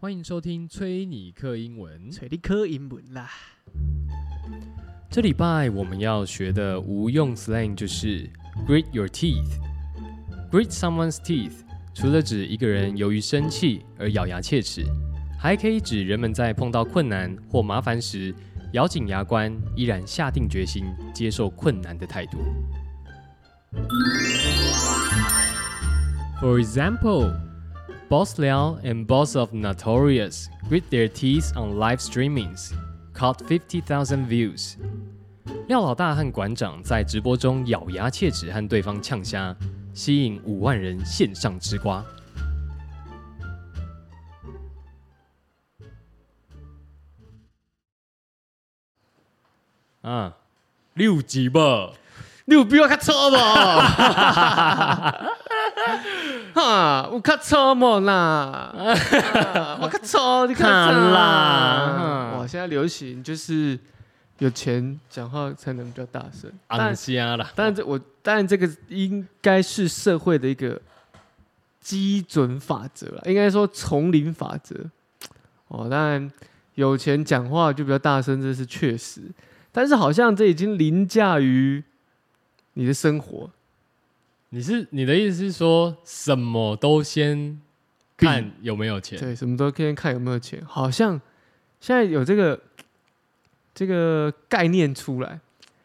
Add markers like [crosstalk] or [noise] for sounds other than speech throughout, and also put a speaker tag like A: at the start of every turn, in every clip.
A: 欢迎收听崔尼克英文。
B: 找你考英文啦！
A: 这礼拜我们要学的无用 slang 就是 grit your teeth。grit someone's teeth，除了指一个人由于生气而咬牙切齿，还可以指人们在碰到困难或麻烦时，咬紧牙关，依然下定决心接受困难的态度。For example, Boss Liao and Boss of Notorious grit their teeth on live streamings, caught 50,000 views. 廖老大和馆长在直播中咬牙切齿和对方呛虾，吸引五万人线上吃瓜。啊，六级吧，
B: 你有比我较错无？哈， [laughs] 有较错无啦？啊 [laughs] 我较错，你较
A: 看
B: 错
A: 啦
B: 哇，现在流行就是有钱讲话才能比较大声，
A: 安
B: 但
A: 家啦，
B: 但这我当然这个应该是社会的一个基准法则啦，应该说丛林法则。哦，当然有钱讲话就比较大声，这是确实，但是好像这已经凌驾于你的生活，
A: 你是你的意思是说什么都先看有没有钱？
B: 对，什么都天天看有没有钱，好像现在有这个这个概念出来。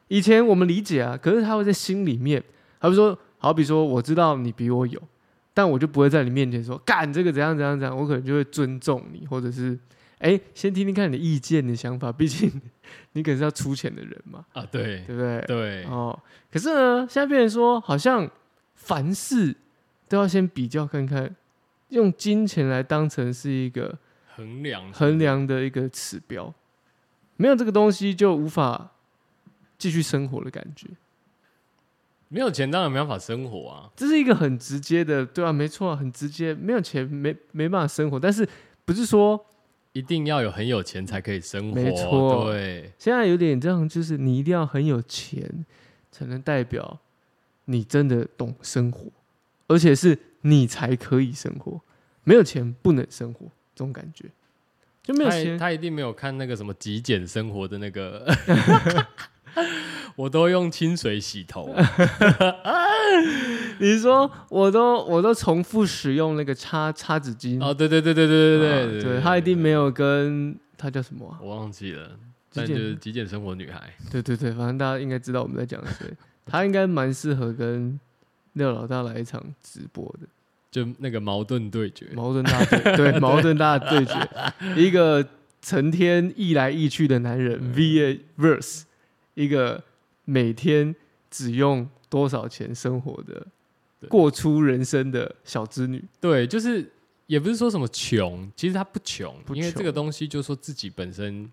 B: 以前我们理解啊，可是他会在心里面，他会说，好比说，我知道你比我有，但我就不会在你面前说干这个怎样怎样怎样，我可能就会尊重你，或者是哎，先听听看你的意见、你的想法，毕竟你可能是要出钱的人嘛，
A: 啊，对
B: 对不对？
A: 对，
B: 哦，可是呢，现在变成说，好像凡事都要先比较看看，用金钱来当成是一个
A: 衡量
B: 衡量的一个指标，没有这个东西就无法继续生活的感觉，
A: 没有钱当然没办法生活啊。
B: 这是一个很直接的，对啊，没错啊，很直接，没有钱没没办法生活，但是不是说
A: 一定要有很有钱才可以生活，啊
B: 没错
A: 对，
B: 现在有点这样，就是你一定要很有钱才能代表你真的懂生活，而且是你才可以生活，没有钱不能生活，这种感觉就没有
A: 他
B: 钱，
A: 他一定没有看那个什么极简生活的那
B: [laughs]
A: 个， [laughs] 我都用清水洗头，
B: 嗯你说我都我都重复使用那个擦擦纸巾
A: 哦，对对对对对对
B: 啊
A: 对
B: 对，他一定没有跟他叫什么啊、
A: 我忘记了，
B: 极
A: 但
B: 简
A: 就是极简生活女孩，
B: 对对对，反正大家应该知道我们在讲谁。他应该蛮适合跟廖老大来一场直播的
A: 就那个矛盾对决，
B: 矛盾大
A: [laughs]
B: 对对矛盾大对决，一个成天意来意去的男人
A: 嗯
B: V vs 一个每天只用多少钱生活的
A: 对
B: 过出人生的小织女。
A: 对，就是也不是说什么穷，其实他不穷，
B: 不
A: 因为这
B: 穷
A: 个东西就说自己本身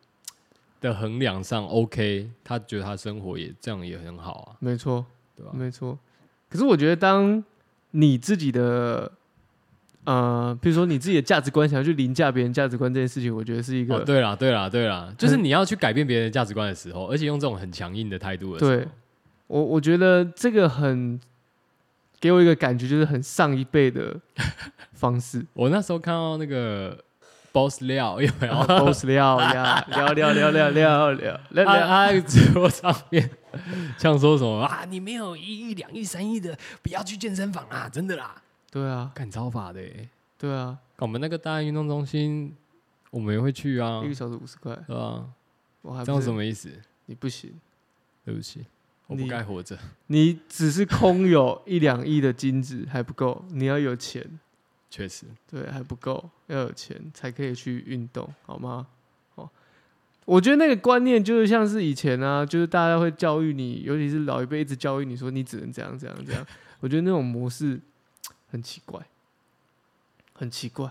A: 的衡量上 OK，他觉得他生活也这样也很好啊，
B: 没错，
A: 对吧？
B: 没错。可是我觉得，当你自己的呃，比如说你自己的价值观想要去凌驾别人价值观这件事情，我觉得是一个、
A: 哦，对啦，对啦，对啦，就是你要去改变别人的价值观的时候，而且用这种很强硬的态度的时候，
B: 对我我觉得这个很给我一个感觉，就是很上一辈的
A: [laughs]
B: 方式。
A: 我那时候看到那个 Boss 料有没有
B: [laughs] 然？后都是料呀，聊聊聊聊聊聊
A: [laughs]
B: 聊
A: 他
B: 聊，
A: 他直播上面像说什么啊？你没有一亿、两亿、三亿的，不要去健身房啊！真的啦，
B: 对啊，
A: 干超法的、欸。
B: 对啊，
A: 我们那个大安运动中心，我们也会去啊
B: 一，个小时五十块，
A: 对吧？
B: 我还
A: 这样
B: 不是
A: 什么意思？
B: 你不行，
A: 对不起，我不
B: 你
A: 该活着。
B: 你只是空有一两亿的金子还不够，你要有钱。
A: 确实，
B: 对，还不够，要有钱才可以去运动，好吗？哦，我觉得那个观念就是像是以前啊，就是大家会教育你，尤其是老一辈一直教育你说你只能这样这样这样。我觉得那种模式很奇怪，很奇怪。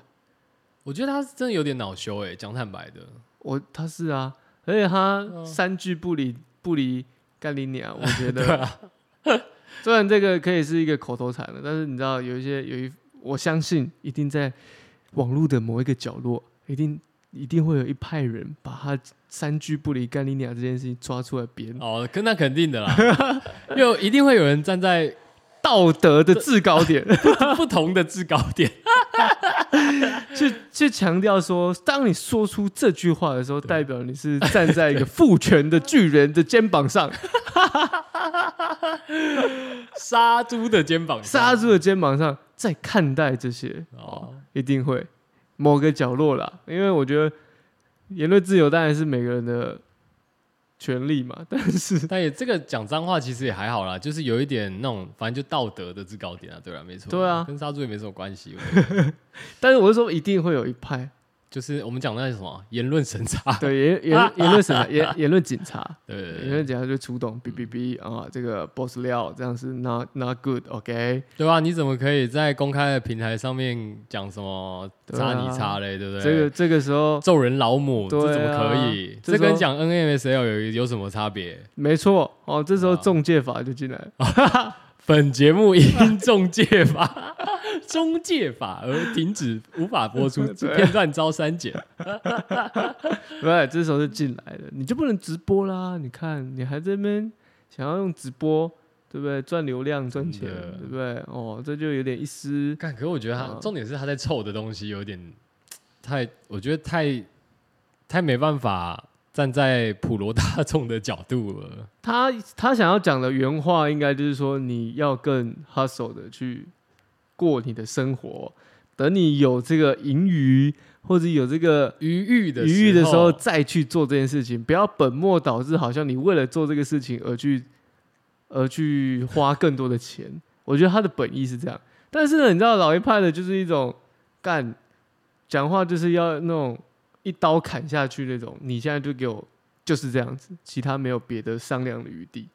A: 我觉得他是真的有点恼羞哎、讲坦白的，
B: 我他是啊，而且他
A: 嗯
B: 三句不离不离干你娘，我觉得。虽然这个可以是一个口头禅了，但是你知道有一些有一，我相信一定在网络的某一个角落，一定一定会有一派人把他三句不离干你娘这件事情抓出来编，
A: [laughs] 哦，跟那肯定的啦， [laughs] 又一定会有
B: [laughs]
A: 人站在
B: 道德的制高点。 [laughs]
A: 不同的制高点。
B: 去 [laughs] 去强调说，当你说出这句话的时候，代表你是站在一个父权的巨人的肩膀上，
A: 杀猪的肩膀
B: 杀
A: 上
B: 猪的肩膀上，在看待这些，
A: 哦，
B: 一定会某个角落啦。因为我觉得言论自由当然是每个人的权利嘛， [laughs] 但是
A: 但也这个讲脏话其实也还好啦，就是有一点那种反正就道德的制高点啊，对啊，没错，
B: 对啊
A: 跟杀猪也没什么关系，我觉得
B: 但是我是说一定会有一派
A: 就是我们讲那什么啊言论审查，
B: [laughs] 对言言言论审查言言论警察。
A: 对对对
B: 言
A: 对
B: 论警察就出动，哔哔哔啊，这个 boss 料这样是 not not good，OK，、
A: 对吧？你怎么可以在公开的平台上面讲什么
B: 对
A: 渣
B: 啊
A: 你渣嘞，对不对？
B: 这个这个时候
A: 揍人老母，
B: 对啊
A: 这怎么可以？
B: 这
A: 这
B: 时候
A: 跟讲 NMSL 有有什么差别？
B: 没错哦，这时候
A: 啊
B: 中介法就进来了。
A: 本节目因中介法、 [laughs] 中介法而停止，无法播出
B: [laughs] 对
A: 片段遭删 [laughs] 减。
B: [laughs] 对，这时候就进来了，你就不能直播啦。你看，你还在那边想要用直播，对不对？赚流量赚钱
A: 真的，
B: 对不对？哦，这就有点一丝
A: 但可是我觉得他
B: 啊
A: 重点是他在臭的东西有点太，我觉得太太没办法站在普罗大众的角度了。
B: 他他想要讲的原话，应该就是说你要更 hustle 的去过你的生活，等你有这个盈余或者有这个
A: 余裕的
B: 余裕的时候再去做这件事情，不要本末倒置，好像你为了做这个事情而去而去花更多的钱。 [laughs] 我觉得他的本意是这样，但是呢，你知道老一派的就是一种干讲话就是要那种一刀砍下去那种，你现在就给我就是这样子，其他没有别的商量的余地。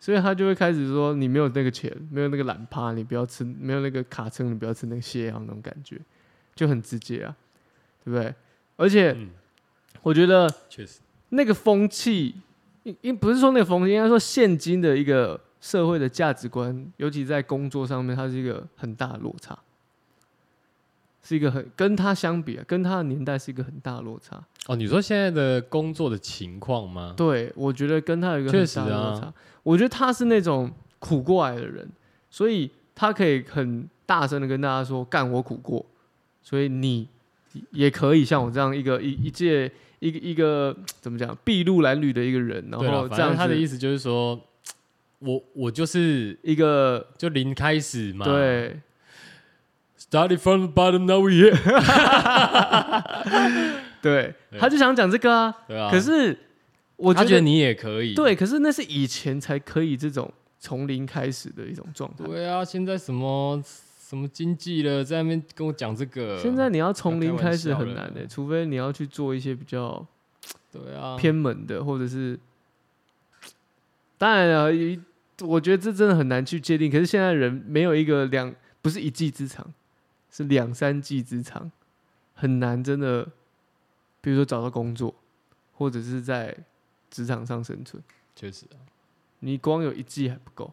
B: 所以他就会开始说：“你没有那个钱，没有那个懒趴，你不要吃；没有那个卡称，你不要吃那个蟹啊，那种感觉就很直接啊，对不对？而且、
A: 嗯
B: 我觉得
A: 确实
B: 那个风气，应应不是说那个风气，应该说现今的一个社会的价值观，尤其在工作上面，它是一个很大的落差，是一个很跟他相比啊，跟他的年代是一个很大的落差。
A: 哦，你说现在的工作的情况吗？
B: 对，我觉得跟他有一个很
A: 啊确实
B: 大的落
A: 啊
B: 差。我觉得他是那种苦过来的人，所以他可以很大声的跟大家说：“干，我苦过。”所以你也可以像我这样一个一一介一个一个怎么讲筚路蓝缕的一个人，然
A: 对啦
B: 后这
A: 反
B: 样
A: 正他的意
B: 思
A: 思就是说，我我就是
B: 一个
A: 就零开始嘛，
B: 对
A: ，started from the bottom now we
B: [laughs]
A: here，
B: 对，
A: 对
B: 他就想讲这个啊。
A: 对啊，
B: 可是我
A: 他
B: 觉
A: 觉得
B: 得
A: 你也可以，
B: 对，可是那是以前才可以这种从零开始的一种状态。
A: 对啊，现在什么什么经济了，在那边跟我讲这个，
B: 现在你要从零
A: 要呃开玩
B: 开始
A: 笑
B: 很
A: 了
B: 难的、欸除非你要去做一些比较
A: 对啊，
B: 偏门的，或者是，当然了，一我觉得这真的很难去界定。可是现在人没有一个两，不是一技之长，是两三技之长，很难真的，比如说找到工作，或者是在职场上生存，
A: 确实啊，
B: 你光有一技还不够。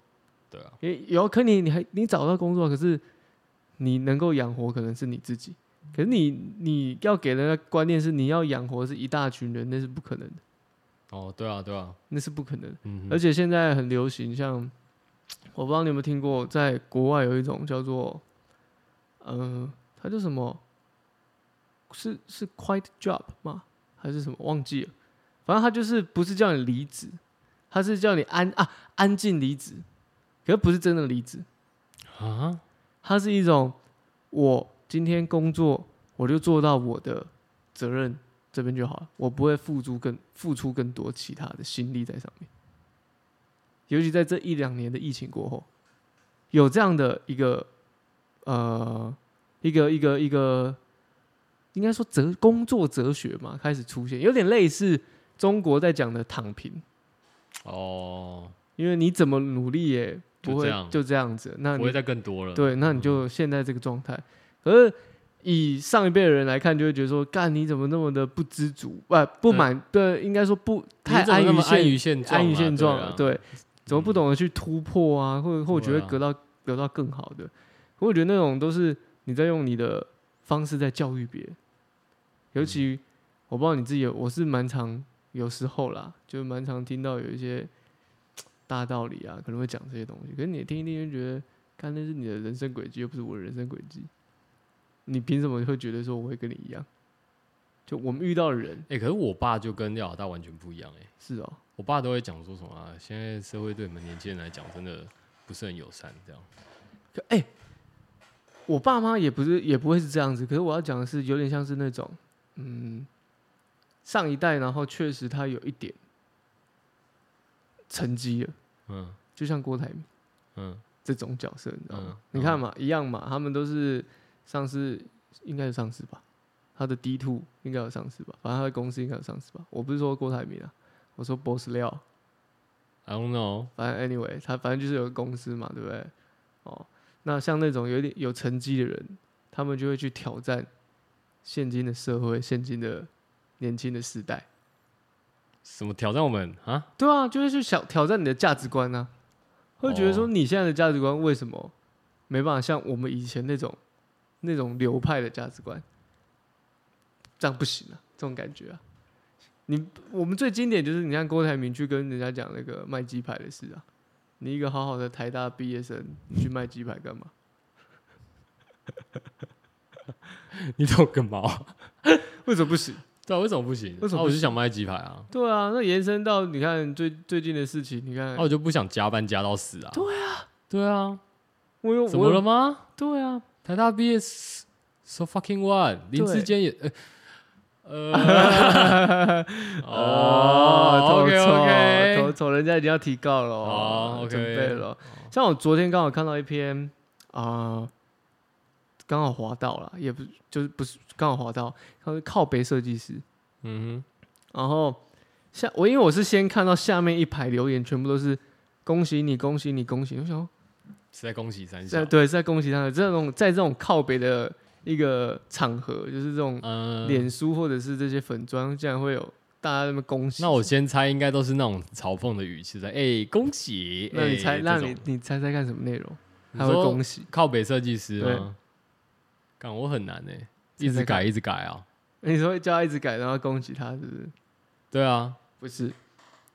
A: 对啊，
B: 也有可你你还你找到工作，可是你能够养活可能是你自己，可是你你要给人家观念是你要养活是一大群人，那是不可能的，
A: 哦，对啊，对啊，
B: 那是不可能的。
A: 嗯哼，
B: 而且现在很流行，像我不知道你有没有听过，在国外有一种叫做，呃，它叫什么？是是 quiet job 吗？还是什么？忘记了。反正它就是不是叫你离职，它是叫你安啊安静离职，可是不是真的离职，
A: 啊，
B: 它是一种我今天工作我就做到我的责任这边就好了，我不会付出更付出更多其他的心力在上面。尤其在这一两年的疫情过后，有这样的一个呃一个一个一个，应该说哲工作哲学嘛开始出现，有点类似中国在讲的躺平。
A: 哦，
B: 因为你怎么努力也不
A: 就
B: 会
A: 这样
B: 就这样子，那
A: 不
B: 你
A: 会再更多了，嗯
B: 对，那你就现在这个状态。可是以上一辈的人来看，就会觉得说，干你怎么那么的不知足，呃，不满，对，应该说不
A: 嗯你
B: 太
A: 怎么那么安
B: 于
A: 于现状啊，
B: 安于现状了，
A: 对啊，
B: 对，怎么不懂得去突破啊，或者或者觉
A: 对
B: 得
A: 啊
B: 得到得到更好的。可我觉得那种都是你在用你的方式在教育别人，
A: 嗯
B: 尤其我不知道你自己有，我是蛮常有时候啦，就蛮常听到有一些大道理啊，可能会讲这些东西，可是你听一听就觉得，看那是你的人生轨迹，又不是我的人生轨迹，你凭什么会觉得说我会跟你一样？就我们遇到的人
A: 哎、可是我爸就跟廖老大完全不一样哎、
B: 是哦，
A: 我爸都会讲说什么啊，现在社会对我们年轻人来讲真的不是很友善，这样
B: 可哎、我爸妈也不是也不会是这样子，可是我要讲的是，有点像是那种，嗯，上一代，然后确实他有一点成绩了，
A: 嗯
B: 就像郭台铭
A: 嗯
B: 这种角色，你知道吗？
A: 嗯
B: 你看嘛，一样嘛，他们都是上市，应该有上市吧？他的 D two 应该有上市吧？反正他的公司应该有上市吧？我不是说郭台铭啊，我说 Boss 料。
A: ，I don't know，
B: 反正 anyway，他反正就是有个公司嘛，对不对？哦，那像那种有点有成绩的人，他们就会去挑战现今的社会、现今的年轻的时代，
A: 什么挑战我们啊？ [laughs]
B: 对啊，就会去想挑战你的价值观啊，会觉得说
A: 哦
B: 你现在的价值观为什么没办法像我们以前那种那种流派的价值观，这样不行啊，这种感觉啊。你我们最经典就是你看郭台铭去跟人家讲那个卖鸡排的事啊，你一个好好的台大毕业生，你去卖鸡排干嘛？
A: 你懂个毛？ [laughs]
B: 为什么不行？
A: 对啊，为什么不行？
B: 为什
A: 啊
B: 么不
A: 我就想卖鸡排啊，
B: 对啊，那延伸到你看最最近的事情，你看、
A: 啊，我就不想加班加到死啊。对啊，对啊，
B: 我有
A: 怎么了？
B: 我有
A: 吗？
B: 对啊，
A: 台大毕业，s- so fucking what？林志坚也，呃，呃 [laughs]
B: [laughs] 哦，
A: ，OK
B: 头
A: OK，
B: 头人家已经要提告了
A: 哦，OK
B: 准备了。像我昨天刚好看到一篇啊，刚、好滑到了，也不就是不是刚好滑到，他是靠北设计师。
A: 嗯
B: 然后下我因为我是先看到下面一排留言，全部都是恭喜你，恭喜你，恭喜你！我想说
A: 哼，是啊在恭喜三
B: 在
A: 小，
B: 对是在啊恭喜他的这种在这种靠北的一个场合，就是这种
A: 嗯，
B: 脸书或者是这些粉砖，竟然会有大家在那么恭喜。
A: 那我先猜，应该都是那种嘲讽的语气在，哎，恭喜，
B: 那你
A: 哎
B: 猜，
A: 这
B: 那
A: 种
B: 你你猜猜看什么内容？
A: 你
B: 他会
A: 说
B: 恭喜，
A: 靠北设计师吗？干，我很难呢，欸一直
B: 猜
A: 改，
B: 看
A: 一直改啊，
B: 你说叫他一直改，然后恭喜他，是不是？
A: 对啊，
B: 不是，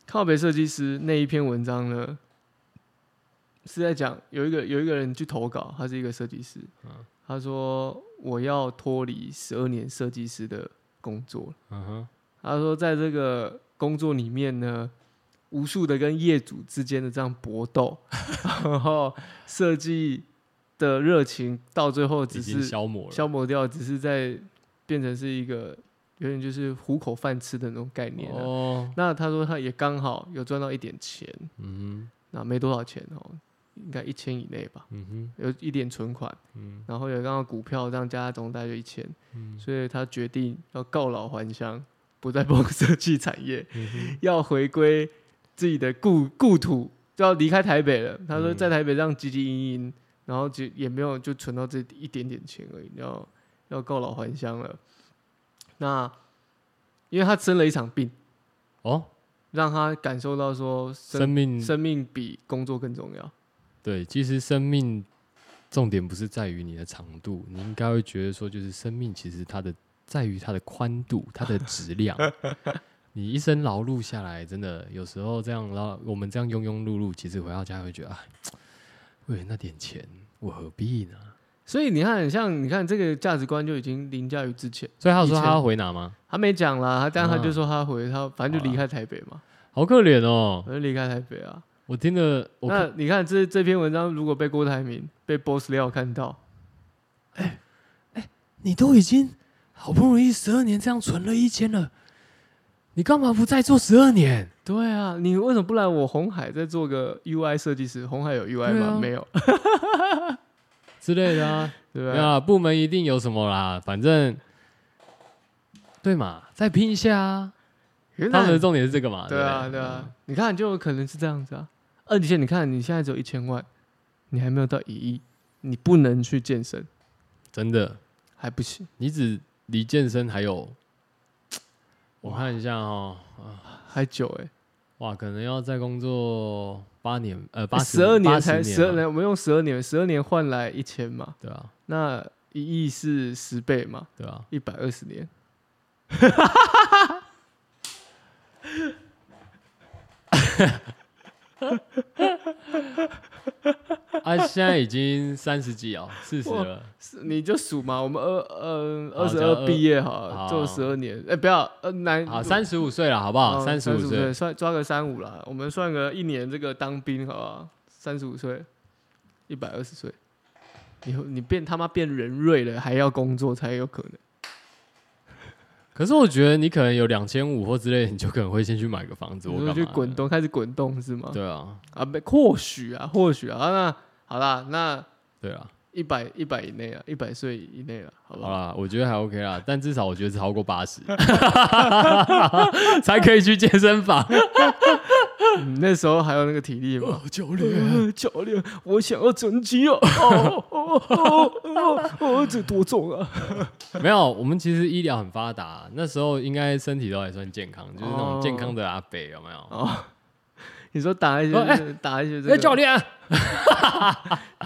B: 靠北设计师那一篇文章呢，是在讲有一个有一个人去投稿，他是一个设计师，
A: 嗯
B: 他说我要脱离十二年设计师的工作，
A: 嗯哼，
B: 他说在这个工作里面呢。无数的跟业主之间的这样搏斗， [laughs] 然后设计的热情到最后只
A: 已
B: 是
A: 经消磨了，
B: 消磨掉，只是在变成是一个有点就是糊口饭吃的那种概念、啊。
A: 哦，
B: 那他说他也刚好有赚到一点钱，
A: 嗯
B: 那没多少钱哦，应该一千以内吧
A: 哼，，嗯哼，
B: 有一点存款，
A: 嗯
B: 然后有刚好股票这样加加总大概就一千，
A: 嗯
B: 所以他决定要告老还乡，不再碰设计产业，
A: 嗯哼，
B: 要回归自己的故故土，就要离开台北了。他说
A: 嗯
B: 在台北这样汲汲营营，然后就也没有就存到这一点点钱而已，要要告老还乡了。那因为他生了一场病，
A: 哦，
B: 让他感受到说生
A: 生命
B: 生命比工作更重要。
A: 对，其实生命重点不是在于你的长度，你应该会觉得说，就是生命其实它的在于它的宽度、它的质量。你一生劳碌下来，真的有时候这样劳，我们这样庸庸碌碌，其实回到家会觉得，哎，为了那点钱，我何必呢？
B: 所以你看，很像你看这个价值观就已经凌驾于之前。
A: 所以他有说
B: 以前
A: 他要回哪吗？
B: 他没讲啦，他但他就
A: 啊
B: 说他回他，反正就
A: 好啦
B: 离开台北嘛，
A: 好可怜哦！
B: 反正离开台北啊。
A: 我听了，我
B: 那
A: 看
B: 你看这这篇文章，如果被郭台铭、被 Boss 廖看到，
A: 你都已经好不容易十二年这样存了一千了，你干嘛不再做十二年？
B: 对啊，你为什么不来我红海再做个 UI 设计师？红海有 UI
A: 对
B: 吗？
A: 啊
B: 没有，
A: 之类的啊，
B: 对
A: 对
B: 吧？
A: 啊，部门一定有什么啦，反正对嘛，再拼一下啊！
B: 原
A: 他们的
B: 来
A: 重点是这个嘛，
B: 对啊，
A: 不
B: 对啊，，你看就有可能是这样子啊。而且你看，你现在只有一千万，你还没有到一亿，你不能去健身，
A: 真的，
B: 还不行。
A: 你只离健身还有，我看一下哦，啊
B: 还久哎、
A: 哇，可能要再工作八年，呃，八
B: 欸，十二年才十
A: 十
B: 二，年，我们用十二年，十二年换来一千嘛，
A: 对啊，
B: 那一亿是十倍嘛，
A: 对啊，
B: 一百二十年。
A: 啊，现在已经三十几哦，四十了，
B: 是你就数嘛，我们二呃
A: 好
B: 二十
A: 这样
B: 二
A: 二
B: 毕业好了，
A: 好
B: 做十二年，哎，不要呃男
A: 好，三十五岁了，好不好？三十
B: 哦十
A: 五岁，
B: 算抓个三五啦，我们算个一年这个当兵好不好？三十五岁，一百二十岁，你你变他妈变人瑞了，还要工作才有可能。
A: 可是我觉得你可能有两千五或之类，你就可能会先去买个房子，我
B: 你
A: 干
B: 说
A: 嘛？
B: 去滚！动，开始滚动是吗？
A: 对啊，
B: 啊，没，或许啊，或许啊，啊那好啦，那
A: 对啊，
B: 一百一百以内啊，一百岁以内了，好不
A: 好
B: 好？
A: 啦，我觉得还 OK 啦，但至少我觉得超过八十 [laughs] 才可以去健身房。
B: 嗯那时候还有那个体力吗？
A: 教，
B: 呃教练，我想要增肌哦！哦哦哦哦哦，这多重啊！
A: 没有，我们其实医疗很发达，那时候应该身体都还算健康，就是那种健康的阿北有没有？
B: 哦，你说打一些、
A: 哦哎
B: 打一些这
A: 哎，
B: 个
A: 教练，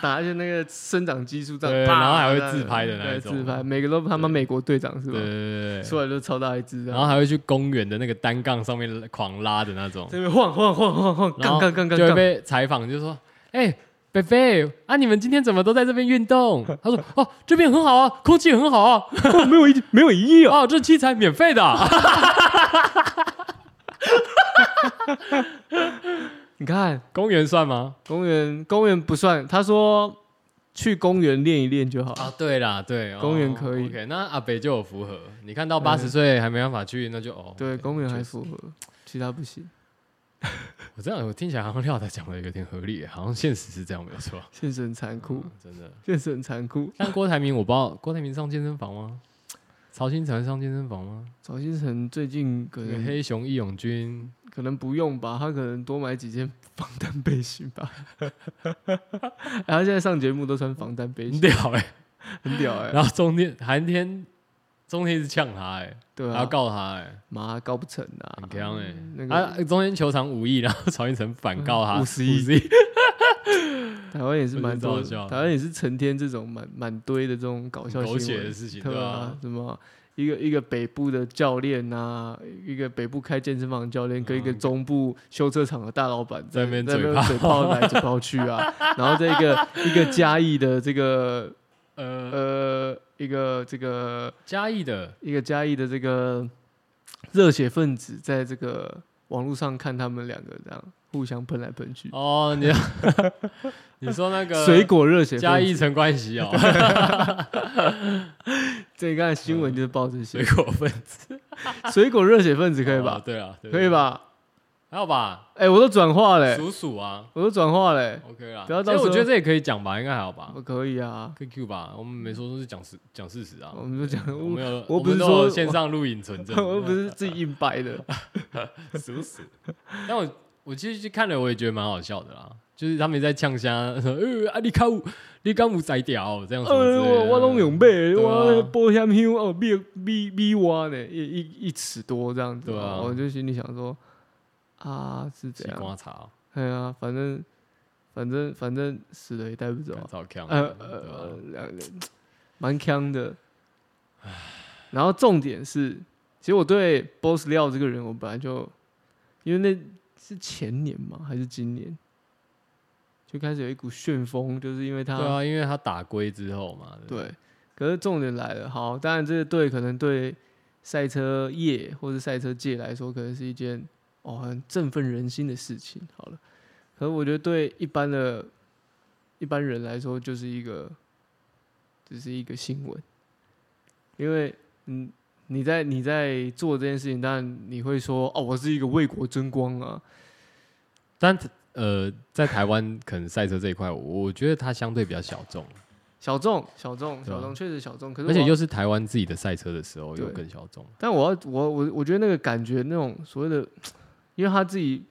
B: 打一些那个生长激素这
A: 对
B: 样，啪
A: 然后还会
B: 这样
A: 自拍的那一
B: 对
A: 种
B: 自拍每个都他妈美国队长是
A: 对
B: 吧
A: 对？对对
B: 出
A: 对，
B: 来就超大一只这
A: 然
B: 样，
A: 后还会去公园的那个单杠上面狂拉的那种
B: 这，边晃晃晃晃晃，
A: 然后
B: 杠杠杠杠
A: 就会
B: 杠，
A: 被采访，就说：“哎、北北啊，你们今天怎么都在这边运动？” [laughs] 他说：“哦，这边很好啊，空气很好 [laughs] 啊，
B: 哦没有一没有一亿哦，
A: 哦，这器材免费的 [laughs] 啊。
B: 你看
A: 公园算吗？
B: 公园公园不算，他说去公园练一练就好。
A: 啊，对啦，对，哦
B: 公园可以
A: OK，那阿北就有符合。你看到八十岁还没办法去，那就哦，
B: 对，
A: OK，
B: 公园还
A: 确实
B: 符合，其他不行。
A: 我这样，我听起来好像廖仔讲的有点合理，好像现实是这样，没有 [laughs] 错。
B: 现实很残酷，
A: 嗯真的。
B: 现实很残酷。
A: 但郭台铭，我不知道郭台铭上健身房吗？曹新成上健身房吗？
B: 早新城最近可
A: 那个
B: 能
A: 黑熊义勇军
B: 可能不用吧，他可能多买几件防弹背心
A: [laughs]
B: 吧。然后现在上节目都穿防弹背
A: 很
B: 心，
A: 屌哎、
B: 很屌哎、
A: 然后中天寒天中天一直呛他哎、
B: 对
A: 然后
B: 啊，
A: 告他哎、
B: 妈高不成啊，
A: 很强哎、
B: 那个、嗯
A: 啊，中间球场五亿，然后曹云成反告他
B: 51亿
A: 亿，
B: 台湾也是蛮多
A: 我觉得超好笑的
B: 台湾也是成天这种满满堆的这种搞笑
A: 狗
B: 新
A: 血的
B: 闻，
A: 事情对
B: 对
A: 吧、
B: 啊，什么一个一个北部的教练呐、一个北部开健身房的教练，跟一个
A: 嗯
B: 中部修车厂的大老板
A: 在那边
B: 在那
A: 嘴
B: 边
A: 炮，
B: 嘴炮来嘴炮去啊，然后再一个一个嘉义的这个
A: 呃，
B: 呃一个这个
A: 嘉义的
B: 一个嘉义的这个热血分子，在这个网络上看他们两个这样互相喷来喷去，
A: 哦，你 [laughs] 你说那个
B: 水果热血分子
A: 嘉义陈冠希
B: [laughs]
A: 哦，
B: 这刚才新闻就是报这些
A: 水果分子
B: 水果热血分子可以
A: 嗯哦
B: 吧？
A: 对啊，对
B: 可以？吧？
A: 还有吧，
B: 哎，我都转化嘞，
A: 鼠鼠啊
B: 我都转化嘞，
A: ，OK 啦。
B: 不要
A: 其
B: 到
A: 实
B: 时候
A: 我觉得这也可以讲吧，应该还好吧
B: 我可以啊。
A: ，QQ 吧，我们没说都是讲事讲事实啊。
B: 我们就讲，
A: 我
B: 哦我
A: 们有，
B: 我
A: 们
B: 不是
A: 都
B: 说
A: 有线上录影存证，
B: [laughs] 我又不是自己硬掰的，
A: 死死。 [laughs] 但我我其实去看了，我也觉得蛮好笑的啦。就是他们在呛虾，说呃，啊，你看我，你看我宰屌这样什么之
B: 呃，
A: 类
B: 我
A: 的
B: 我拢用买的，
A: 对啊
B: 我保险箱哦，米米米蛙呢，一一一尺多这样子，哦
A: 对啊
B: 我就心里想说，啊是
A: 西
B: 这样，
A: 瓜茶，
B: 哎呀，反正反正反正死了也带不走啊，
A: 早呛，
B: 呃
A: 对吧
B: 呃，两蛮强的。然后重点是，其实我对 Boss 廖这个人，我本来就因为那是前年嘛，还是今年，就开始有一股旋风，就是因为他
A: 对啊，因为他打龟之后嘛，不
B: 呃对，可是重点来了，好，当然这对可能对赛车业或者赛车界来说，可能是一件哦很振奋人心的事情。好了，可是我觉得对一般的一般人来说，就是一个只是一个新闻，因为嗯。你在你在做这件事情，当然你会说哦，我是一个为国争光啊，
A: 但呃，在台湾可能赛车这一块，我我觉得它相对比较小众，
B: 小众小众
A: 对啊
B: 小众，确实小众。可是
A: 而且
B: 我
A: 又是台湾自己的赛车的时候，
B: 对
A: 又更小众。
B: 但我要我我我觉得那个感觉，那种所谓的，因为他自己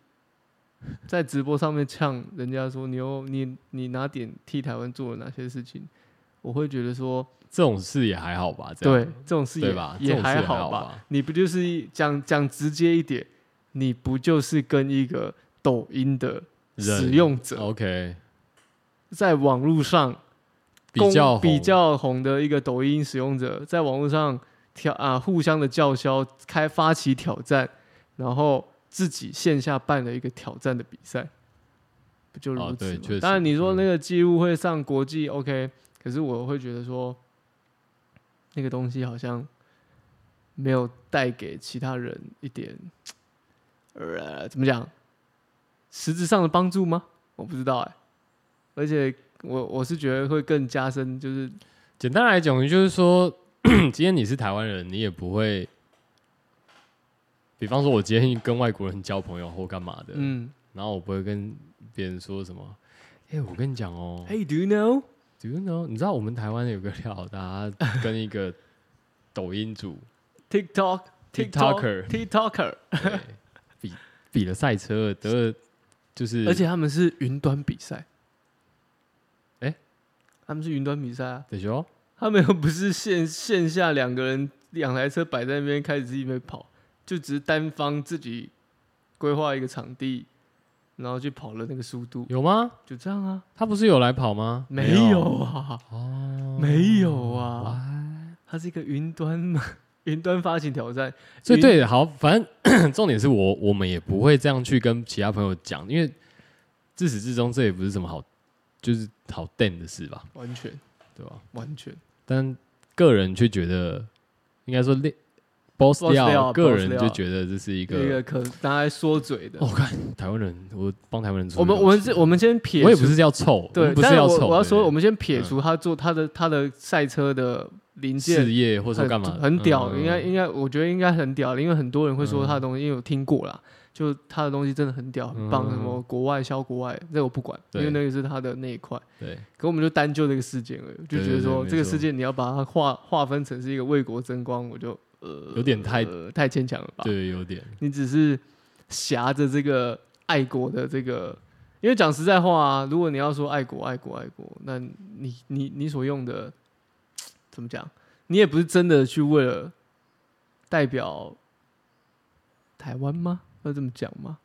B: 在直播上面呛人家说你又你你哪点替台湾做了哪些事情，我会觉得说，
A: 这种事也还好吧，这
B: 对
A: 样
B: 这种事也
A: 对吧？这
B: 也
A: 种事
B: 还
A: 好
B: 好吧。？你不就是讲讲直接一点，你不就是跟一个抖音的
A: 人哦
B: 使用者
A: OK，
B: 在网络上
A: 比较
B: 公比
A: 红
B: 较红的一个抖音使用者，在网络上挑啊互相的叫嚣，开发起挑战，然后自己线下办了一个挑战的比赛，就如
A: 哦
B: 此嘛、
A: 对确实
B: 当然你说那个记录会上国际 OK，可是我会觉得说，那个东西好像没有带给其他人一点，呃，怎么讲，实质上的帮助吗？我不知道哎、而且我我是觉得会更加深，就是
A: 简单来讲，就是说， [clears throat] 今天你是台湾人，你也不会，比方说，我今天跟外国人交朋友或干嘛的，
B: 嗯
A: 然后我不会跟别人说什么。哎、我跟你讲哦、
B: ，Hey do you know？
A: d o you know？你知道我们台湾有个廖达跟一个抖音
B: [laughs]
A: 主
B: TikTok
A: TikToker
B: TikToker，
A: 对比比了赛车，得了就是，
B: 而且他们是云端比赛。
A: 诶
B: 他们是云端比赛啊，
A: 得修
B: 他们又不是线线下两个人两台车摆在那边开始自己边跑，就只是单方自己规划一个场地，然后去跑了那个速度，
A: 有吗？
B: 就这样啊。
A: 他不是有来跑吗？
B: 没有啊，
A: 哦，
B: 没有啊，
A: 哇！
B: 它是一个云端 [laughs] 云端发行挑战，
A: 所以
B: 云
A: 对，好，反正 [clears throat] 重点是我我们也不会这样去跟其他朋友讲，因为自始至终这也不是什么好就是好 d 的事吧，
B: 完全
A: 对吧？
B: 完全
A: 但个人却觉得，应该说练 boss
B: Boss
A: 料，
B: 料
A: 个
B: boss
A: 人
B: 料
A: 就觉得这是一
B: 一
A: 个
B: 个可拿来说嘴的
A: 哦。台湾人，我帮台湾人出
B: 我们
A: 这种
B: 我们
A: 气
B: 是我们先撇除，
A: 我也不是要凑，我
B: 对，
A: 们不
B: 但
A: 是要
B: 我
A: 凑，
B: 我要
A: 对
B: 说，
A: 对嗯
B: 我们先撇除他做他的他的赛车的零件
A: 事业或者说
B: 很
A: 干嘛
B: 很屌，
A: 嗯
B: 应该应该，我觉得应该很屌，因为很多人会
A: 嗯
B: 说他的东西，因为我听过啦，就他的东西真的很屌，很棒，
A: 嗯
B: 什么国外销国外，这我不管，因
A: 对
B: 为那个是他的那一块。
A: 对
B: 可我们就单就这个事件而已，就
A: 对
B: 觉得
A: 对
B: 说
A: 没
B: 这个
A: 错
B: 事件你要把它划划分成是一个为国争光，我就呃
A: 有点太
B: 呃太牵强了吧？
A: 对有点
B: 你只是挟着这个爱国的这个，因为讲实在话啊，如果你要说爱国、爱国、爱国，那你你你所用的怎么讲？你也不是真的去为了代表台湾吗？要这么讲吗？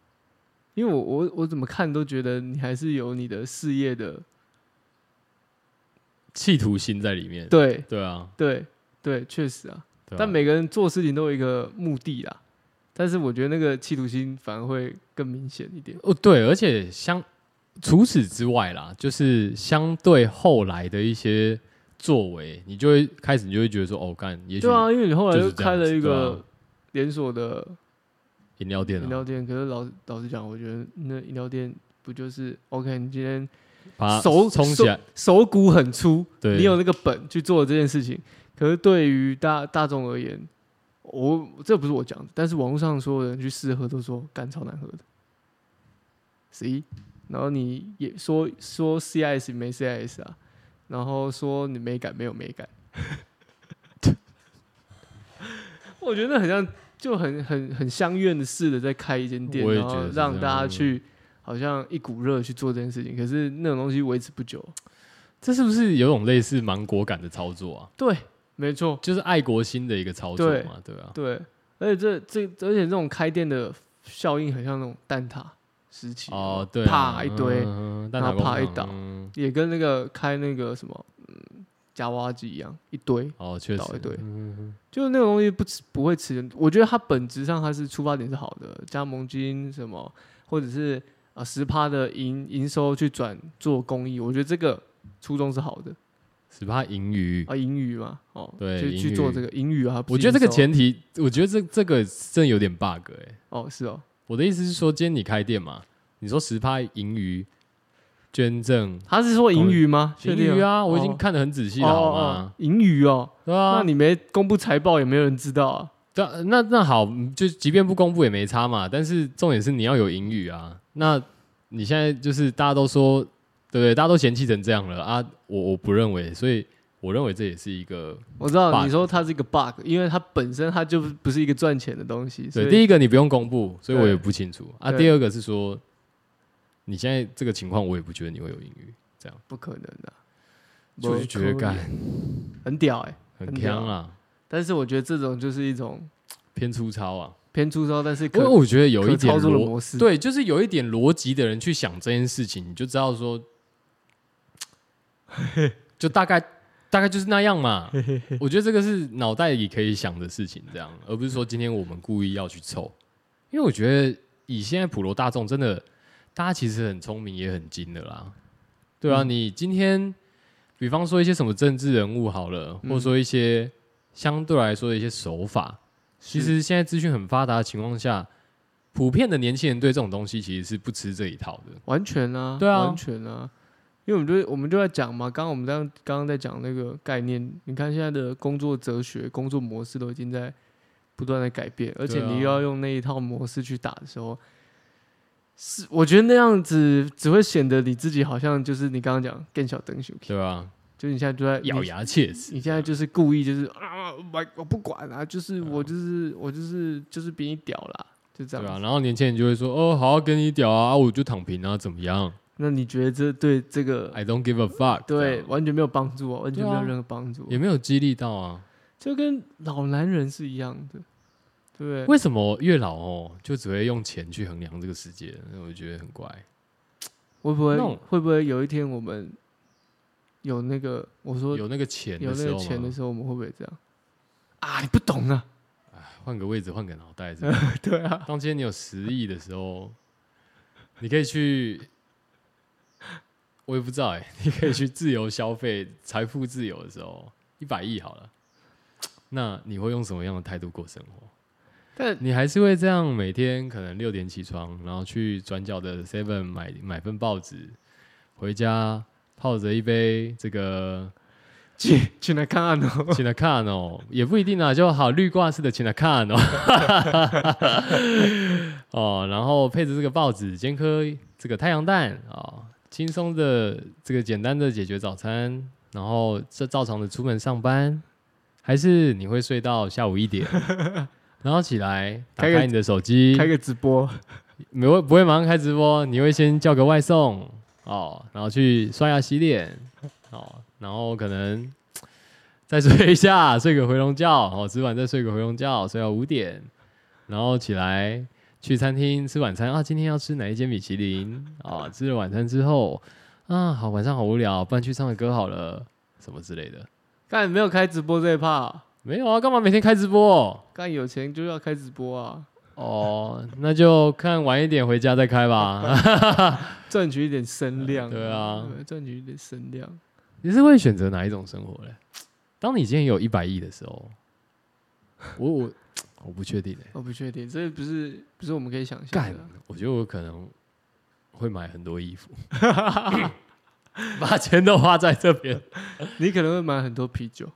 B: 因为我我我怎么看都觉得你还是有你的事业的，
A: 企图心在里面，
B: 对
A: 对啊，
B: 对对，确实啊。
A: 对啊
B: 但每个人做事情都有一个目的啦，但是我觉得那个企图心反而会更明显一点。
A: 哦，对，而且相除此之外啦，就是相对后来的一些作为，你就会开始你就会觉得说，哦，干，也许
B: 对啊，因为你后来
A: 就
B: 又
A: 是这样
B: 开了
A: 子
B: 一
A: 对啊
B: 个连锁的
A: 饮料店
B: 饮料
A: 啊，
B: 店，可是老老实讲，我觉得那饮料店不就是 OK？你今天
A: 把
B: 手
A: 冲起来，
B: 手骨很粗，
A: 对，
B: 你有那个本去做这件事情，可是对于大大众而言，我这不是我讲的，但是网络上所有人去试喝都说干超难喝的，C，然后你也说说 CIS 没 CIS 啊，然后说你美感没有美感， [laughs] 我觉得很像就很很很相怨的似的在开一间店，
A: 我也
B: 然
A: 觉得
B: 后
A: 是这样
B: 让大家去好像一股热去做这件事情，可是那种东西维持不久，
A: 这是不是有种类似芒果感的操作啊？
B: 对，没错。
A: 就是爱国心的一个操作
B: 对
A: 嘛，对啊，
B: 对，而且这这而且这种开店的效应很像那种蛋挞时期
A: 哦，对啊，
B: 啪一堆，
A: 嗯
B: 然后啪一倒，
A: 嗯
B: 也跟那个开那个什么嗯夹娃娃机一样，一堆
A: 哦，确实
B: 倒一堆，
A: 嗯
B: 就是那个东西不吃不会吃人。我觉得它本质上它是出发点是好的，加盟金什么或者是啊十趴的营营收去转做公益，我觉得这个初衷是好的
A: 只怕盈余。
B: 啊，盈余嘛，哦，
A: 嗯对
B: 去
A: 盈
B: 去做
A: 余
B: 这个盈余啊，不
A: 我
B: 是
A: 觉得这
B: 营
A: 个
B: 收
A: 前提，我觉得这这个真的有点 bug 哎、
B: 哦是哦，
A: 我的意思是说，今天你开店嘛，你说十趴盈余捐赠
B: 他是说盈余吗？确
A: 盈
B: 定
A: 余
B: 吗
A: 啊，我已
B: 哦
A: 经看得很仔细
B: 哦
A: 了，好
B: 哦
A: 吗？
B: 哦盈余哦，
A: 对啊，
B: 那你没公布财报，也没有人知道啊。
A: 对那那好，嗯就即便不公布也没差嘛。但是重点是你要有盈余啊。那你现在就是大家都说，对不对？大家都嫌弃成这样了啊，我我不认为，所以我认为这也是一个
B: 我知道
A: Bug
B: 你说它是一个 bug，因为它本身它就不是一个赚钱的东西，所
A: 对。
B: 以
A: 第一个你不用公布，所以我
B: 对
A: 也不清楚啊。
B: 对
A: 第二个是说，你现在这个情况，我也不觉得你会有盈余，
B: 不可能的、
A: 所以就觉得
B: 不可
A: 干
B: 能很屌哎、
A: 很
B: 很
A: 强啊，
B: 但是我觉得这种就是一种
A: 偏粗糙啊。
B: 偏粗糙，但是
A: 因为
B: 可
A: 我觉得有一
B: 可
A: 点
B: 操作的
A: 逻
B: 模式。
A: 对，就是有一点逻辑的人去想这件事情，你就知道说，
B: [laughs]
A: 就大概大概就是那样嘛。我觉得这个是脑袋里可以想的事情，这样，而不是说今天我们故意要去凑。因为我觉得以现在普罗大众真的，大家其实很聪明，也很精的啦。对
B: 嗯
A: 啊，你今天，比方说一些什么政治人物好了，
B: 嗯
A: 或者说一些相对来说的一些手法，其实现在资讯很发达的情况下，普遍的年轻人对这种东西其实是不吃这一套的。
B: 完全啊，
A: 对啊
B: 完全啊，因为我们就我们就在讲嘛，刚刚我们刚刚刚在讲那个概念，你看现在的工作哲学、工作模式都已经在不断的改变，而且
A: 对啊
B: 你又要用那一套模式去打的时候，是我觉得那样子只会显得你自己好像就是你刚刚讲更小灯熊，
A: 对啊，
B: 就是你现在就在
A: 咬
B: 你
A: 牙切齿。
B: 你现在就是故意就是啊，我我不管啊，就是我就是我就是就是比你屌啦，就这
A: 对
B: 样
A: 啊，然后年轻人就会说：“哦，好好跟你屌啊，啊我就躺平啊，怎么样
B: 那你觉得这对这个
A: ？I don't give a fuck。”这
B: 对，
A: 样，
B: 完全没有帮助啊，完全没
A: 对
B: 有
A: 啊
B: 任何帮助啊、
A: 也没有激励到啊。
B: 就跟老男人是一样的，对不对？
A: 为什么越老哦，就只会用钱去衡量这个世界？我觉得很怪。
B: 会不会
A: 那种
B: 会不会有一天我们有那个我说
A: 有那个钱
B: 有
A: 的
B: 那
A: 时
B: 个
A: 候
B: 钱的
A: 吗，
B: 时候，我们会不会这样啊？你不懂啊， [laughs]
A: 换个位置，换个脑袋这样。
B: 对啊，
A: 当今天你有十亿的时候，你可以去，我也不知道哎、 [laughs] 你可以去自由消费，财富自由的时候，一百亿好了，那你会用什么样的态度过生活？
B: 但
A: 你还是会这样每天可能六点起床，然后去转角的 Seven 买买份报纸，回家泡着一杯这个
B: 去去来看看哦，
A: [laughs] 请 i 看哦，也不一定啊，就好绿挂式的请 i 看哦， [laughs] 哦，然后配着这个报纸，煎颗这个太阳蛋啊、哦，轻松的这个简单的解决早餐，然后这照常的出门上班，还是你会睡到下午一
B: [laughs]
A: 点，然后起来打
B: 开个
A: 开你的手机，
B: 开个直播，
A: 没会不会马上开直播，你会先叫个外送哦，然后去刷牙洗脸哦，然后可能再睡一下，睡个回笼觉哦，吃完再睡个回笼觉，睡到五点，然后起来去餐厅吃晚餐啊，今天要吃哪一间米其林啊、吃了晚餐之后啊，好晚上好无聊，不然去唱个歌好了，什么之类的。
B: 但没有开直播这一趴，
A: 没有啊，干嘛每天开直播？
B: 干有钱就要开直播啊，
A: 哦，那就看晚一点回家再开吧。
B: 赚取一点声量，
A: 对啊，
B: 赚取一点声量，
A: 你是会选择哪一种生活嘞？当你今天有一百亿的时候，我我我不确定哎、
B: 我不确定，这不是不是我们可以想象
A: 干
B: 的啊，，
A: 我觉得我可能会买很多衣服， [laughs] 把钱都花在这边。
B: 你可能会买很多啤酒。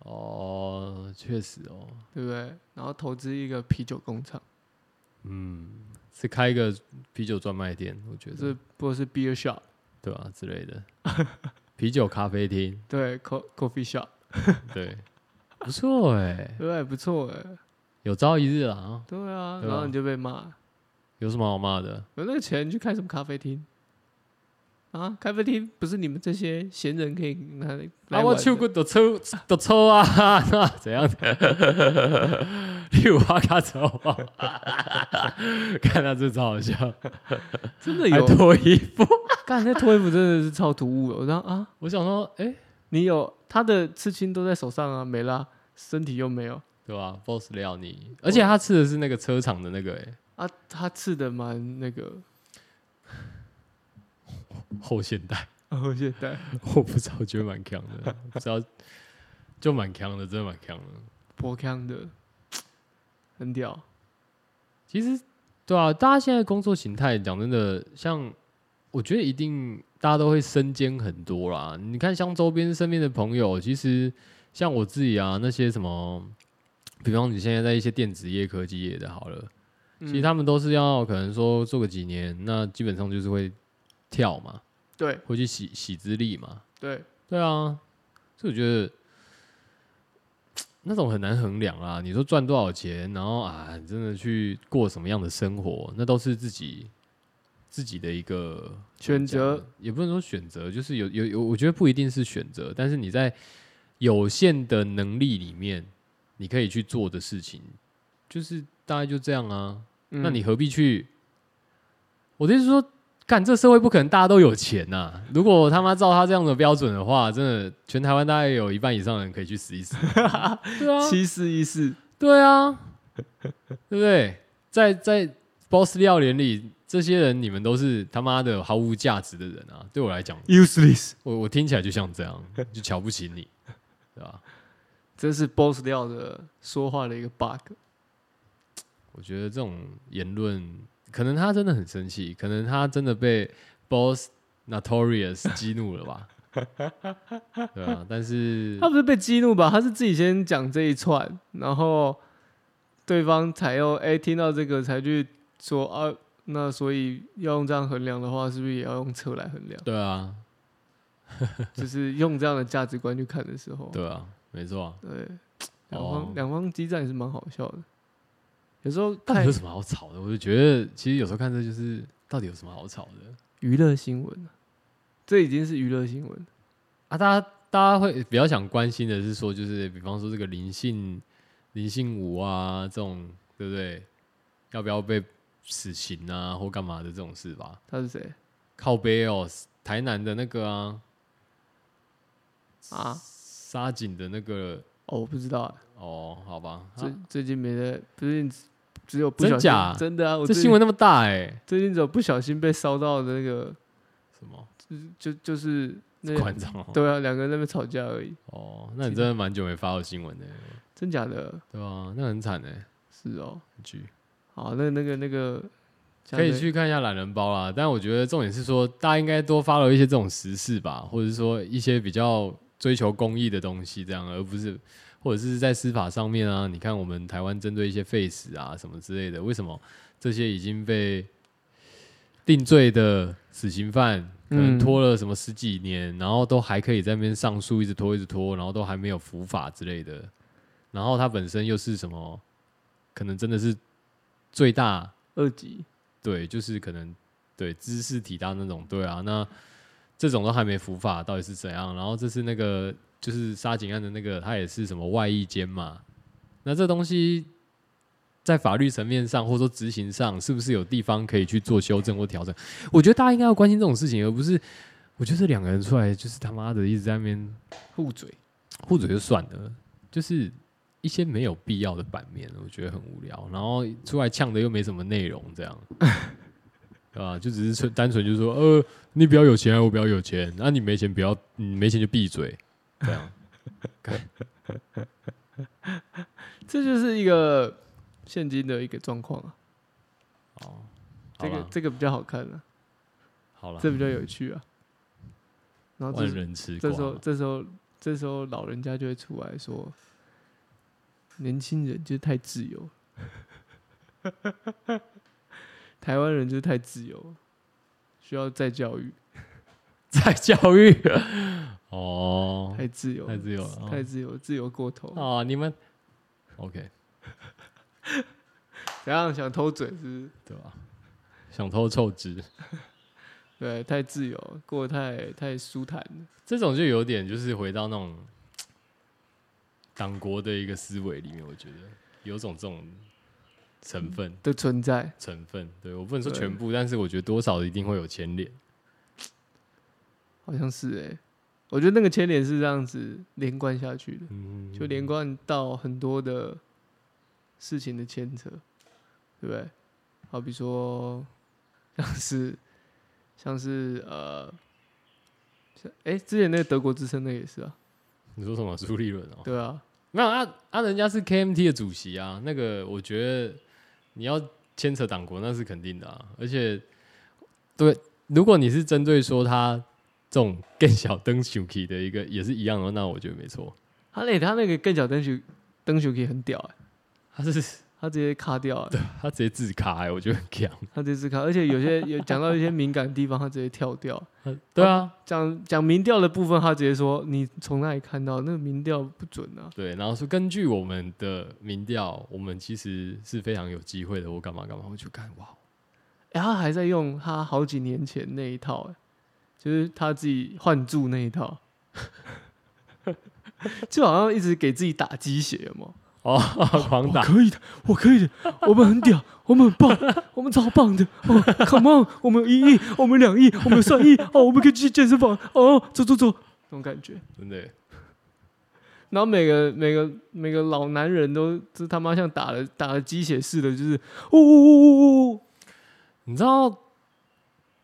A: 哦，确实哦，
B: 对不对？然后投资一个啤酒工厂，
A: 嗯，是开一个啤酒专卖店，我觉
B: 就是
A: 得
B: 或者是 beer shop，
A: 对啊之类的， [laughs] 啤酒咖啡厅，
B: 对，co coffee shop，
A: 对，不错哎、
B: 对不对？不错哎，
A: 有朝一日啦啊，
B: 对啊。
A: 对啊
B: 然后你就被骂，
A: 有什么好骂的？
B: 有那个钱你去开什么咖啡厅啊？咖啡厅不是你们这些闲人可以拿来
A: 啊，
B: 来
A: 我
B: 玩
A: 手
B: 的。
A: 骨都抽都抽啊， [laughs] 那怎样的？你有花卡抽啊？ [laughs] 看他这超好笑，
B: 真的
A: 还
B: 有？ [laughs]
A: 脱衣服。
B: 干那脱衣服真的是超突兀的。我说啊，
A: 我想说，哎、
B: 你有他的刺青都在手上啊，没啦，身体又没有
A: 对吧、b o s s 料你，而且他吃的是那个车厂的那个、诶
B: 啊，他刺的蛮那个。
A: 后现代，
B: [laughs] 哦，现在
A: 我不知道，我觉得蛮强的，不知道就蛮强的，真的蛮强的。
B: 脖腔的，很屌。
A: 其实，对啊，大家现在工作形态，讲真的，像我觉得一定大家都会身兼很多啦。你看，像周边身边的朋友，其实像我自己啊，那些什么，比方你现在在一些电子业、科技业的，好了，
B: 嗯
A: 其实他们都是要可能说做个几年，那基本上就是会跳嘛，
B: 对
A: 会去洗洗资历嘛，
B: 对，
A: 对啊，所以我觉得那种很难衡量啦。你说赚多少钱，然后啊，真的去过什么样的生活，那都是自己自己的一个
B: 选择，
A: 怎么讲呢也不能说选择，就是有有有，我觉得不一定是选择，但是你在有限的能力里面，你可以去做的事情，就是大概就这样啊。
B: 嗯
A: 那你何必去？我的意思是说，干这社会不可能大家都有钱呐、如果他妈照他这样的标准的话，真的全台湾大概有一半以上的人可以去死一死。 [laughs] 对
B: [laughs]
A: 啊，
B: 七四一四，
A: 对啊，对不对？在在 Boss 料理里，这些人你们都是他妈的毫无价值的人啊！对我来讲，
B: useless，
A: 我我听起来就像这样，就瞧不起你，对吧？
B: 这是 boss 料的说话的一个 bug。
A: 我觉得这种言论，可能他真的很生气，可能他真的被 Boss Notorious 激怒了吧？对啊，但是？
B: 他不是被激怒吧？他是自己先讲这一串，然后对方才又哎、听到这个才去说啊，那所以要用这样衡量的话，是不是也要用车来衡 [laughs] 量
A: 对啊，
B: 就是用这样的价值观去看的时候，
A: 对啊，没错啊。
B: 对，两
A: 哦
B: 方两、方激战也是蛮好笑的。有时候
A: 到底
B: [laughs] 看
A: 有什么好吵的？我就觉得，其实有时候看这就是到底有什么好吵的
B: 娱乐新闻啊，这已经是娱乐新闻。
A: 啊？大家大家会比较想关心的是说，就是比方说这个灵性灵性舞啊，这种对不对？要不要被死刑啊，或干嘛的这种事吧？
B: 他是谁
A: 靠背哦，台南的那个啊，
B: 啊？
A: 沙井的那个
B: 哦，我不知道、啊，
A: 哦，好吧，
B: 最、
A: 啊
B: 最近没在，不是只有不小
A: 真
B: 心
A: 假
B: 真的啊！我
A: 这
B: 最
A: 新闻那么大哎、
B: 最近只有不小心被烧到的那个
A: 什么
B: 就就是那
A: 馆长哦
B: 对啊，两个人在那边吵架而已，
A: 哦，那你真的蛮久没发过新闻的、
B: 真假的？
A: 对吧、那很惨哎、
B: 是哦，
A: 很剧
B: 好，那那个那个
A: 可以，去看一下懒人包啦。但我觉得重点是说，大家应该多发了一些这种时事吧，或者是说一些比较追求公益的东西，这样而不是或者是在司法上面啊。你看我们台湾针对一些废死啊什么之类的，为什么这些已经被定罪的死刑犯，可能
B: 嗯
A: 拖了什么十几年，然后都还可以在那边上诉，一直拖一直拖，然后都还没有伏法之类的。然后他本身又是什么，可能真的是最大
B: 二级，
A: 对，就是可能对知识体大那种，对啊，那这种都还没伏法，到底是怎样？然后这是那个就是杀警案的那个，他也是什么外役监嘛？那这东西在法律层面上，或者说执行上，是不是有地方可以去做修正或调整？我觉得大家应该要关心这种事情，而不是我觉得这两个人出来就是他妈的一直在那边
B: 护嘴，
A: 护嘴就算了，就是一些没有必要的版面，我觉得很无聊。然后出来呛的又没什么内容，这样，对吧？就只是纯单纯就说，呃，你比较有钱，我比较有钱，那、你没钱不要，你没钱就闭嘴，这样。
B: 这就是一个现今的一个状况啊。
A: 哦，好
B: [laughs] 这个
A: 了，
B: 这个比较好看啊，
A: 好了，
B: 这比较有趣啊。然后
A: 万
B: 这
A: 人吃瓜
B: 这时候
A: 嘛。
B: 这时候这时候老人家就会出来说，年轻人就是太自由了， [laughs] 台湾人就是太自由了，需要再教育。
A: 在教育哦，
B: 太自由了，
A: 太自由了哦
B: 太自由，自由过头。
A: 啊，你们 OK
B: 怎样想偷嘴是不是？
A: 对吧？ [laughs] 想偷臭汁。
B: 对，太自由，过得太太舒坦了。
A: 这种就有点就是回到那种党国的一个思维里面，我觉得有种这种成分
B: 的存在。
A: 成分。对我不能说
B: 对
A: 全部，但是我觉得多少一定会有牵连。
B: 好像是哎、我觉得那个牵连是这样子连贯下去的，
A: 嗯，
B: 就连贯到很多的事情的牵扯，对不对？好比说，像是像是呃，像哎、之前那个德国之声那也是啊，
A: 你说什么朱立伦哦？
B: 对啊，
A: 没有啊啊，人家是 KMT 的主席啊，那个我觉得你要牵扯党国那是肯定的啊，而且对，如果你是针对说他这种更小灯小 k 的一个也是一样的话，那我觉得没错，
B: 他那他那个更小灯球灯球可以很屌哎、
A: 他是
B: 他直接卡掉、欸，
A: 他直接自卡、欸，我觉得很强。
B: 他这次看，而且有些有讲到一些敏感的地方，他直接跳掉。
A: 对啊，
B: 讲讲民调的部分，他直接说你从哪里看到那个民调不准啊？
A: 对，然后说根据我们的民调，我们其实是非常有机会的，我干嘛干嘛，我就看哇，
B: 哎、他还在用他好几年前那一套、哎，就是他自己换注那一套， [laughs] 就好像一直给自己打鸡血，有吗？
A: 哦， [laughs] 狂
B: 我
A: 打，
B: 可以的，我可以的，我们很屌，我们很棒，我们超棒的。哦，Come on，我们有一亿，我们有两亿，我们有三亿，哦，我们可以去健身房，哦，走走走，那种感觉。
A: 真的耶，
B: 然后每个每个每个老男人都这他妈像打了打了鸡血似的，就是呜呜呜呜呜，
A: 你知道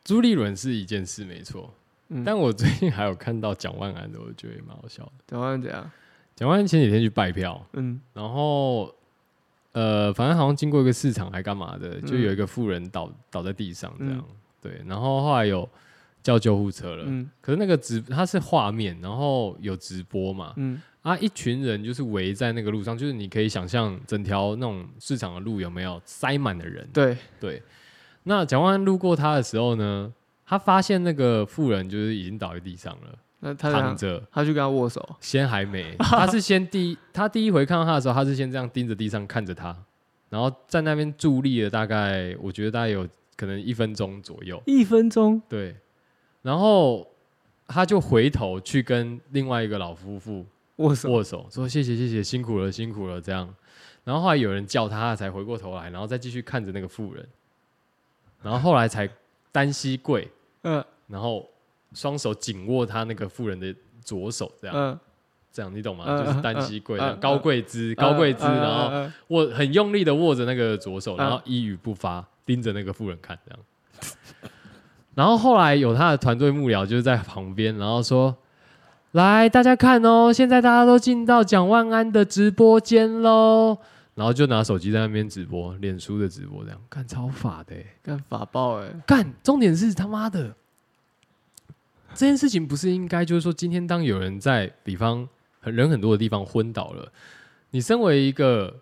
A: 朱立伦是一件事没错，
B: 嗯，
A: 但我最近还有看到蒋万安的，我觉得也蛮好笑的。
B: 台湾怎样？
A: 蒋万安前几天去拜票，
B: 嗯
A: 然后呃，反正好像经过一个市场还干嘛的，就有一个妇人倒倒在地上这样，
B: 嗯
A: 对，然后后来有叫救护车了，
B: 嗯
A: 可是那个直它是画面，然后有直播嘛，
B: 嗯
A: 啊，一群人就是围在那个路上，就是你可以想象整条那种市场的路有没有塞满了人，
B: 对，
A: 对，那蒋万安路过他的时候呢，他发现那个妇人就是已经倒在地上了，
B: 那他怎
A: 躺
B: 样？
A: 着。
B: 他去跟他握手，
A: 先还没，他是先第一，他第一回看到他的时候，他是先这样盯着地上看着他，然后在那边伫立了大概，我觉得大概有可能一分钟左右，
B: 一分钟，
A: 对，然后他就回头去跟另外一个老夫妇
B: 握手，
A: 握手，说谢谢谢谢，辛苦了辛苦了这样，然后后来有人叫他，他才回过头来，然后再继续看着那个妇人，然后后来才单膝跪，
B: 嗯
A: 然后双手紧握他那个妇人的左手这样。
B: 嗯，
A: 这样你懂吗？
B: 嗯
A: 就是单膝跪这样，
B: 嗯嗯
A: 高跪姿，高跪姿，
B: 嗯
A: 然后
B: 嗯嗯
A: 握很用力的握着那个左手，
B: 嗯
A: 然后一语不发，盯着那个妇人看这样。 [laughs] 然后后来有他的团队幕僚就是在旁边，然后说：“来，大家看哦，现在大家都进到蒋万安的直播间喽。”然后就拿手机在那边直播，脸书的直播这样，干超法的欸、
B: 干法爆哎，
A: 干，重点是他妈的，这件事情不是应该就是说，今天当有人在比方很人很多的地方昏倒了，你身为一个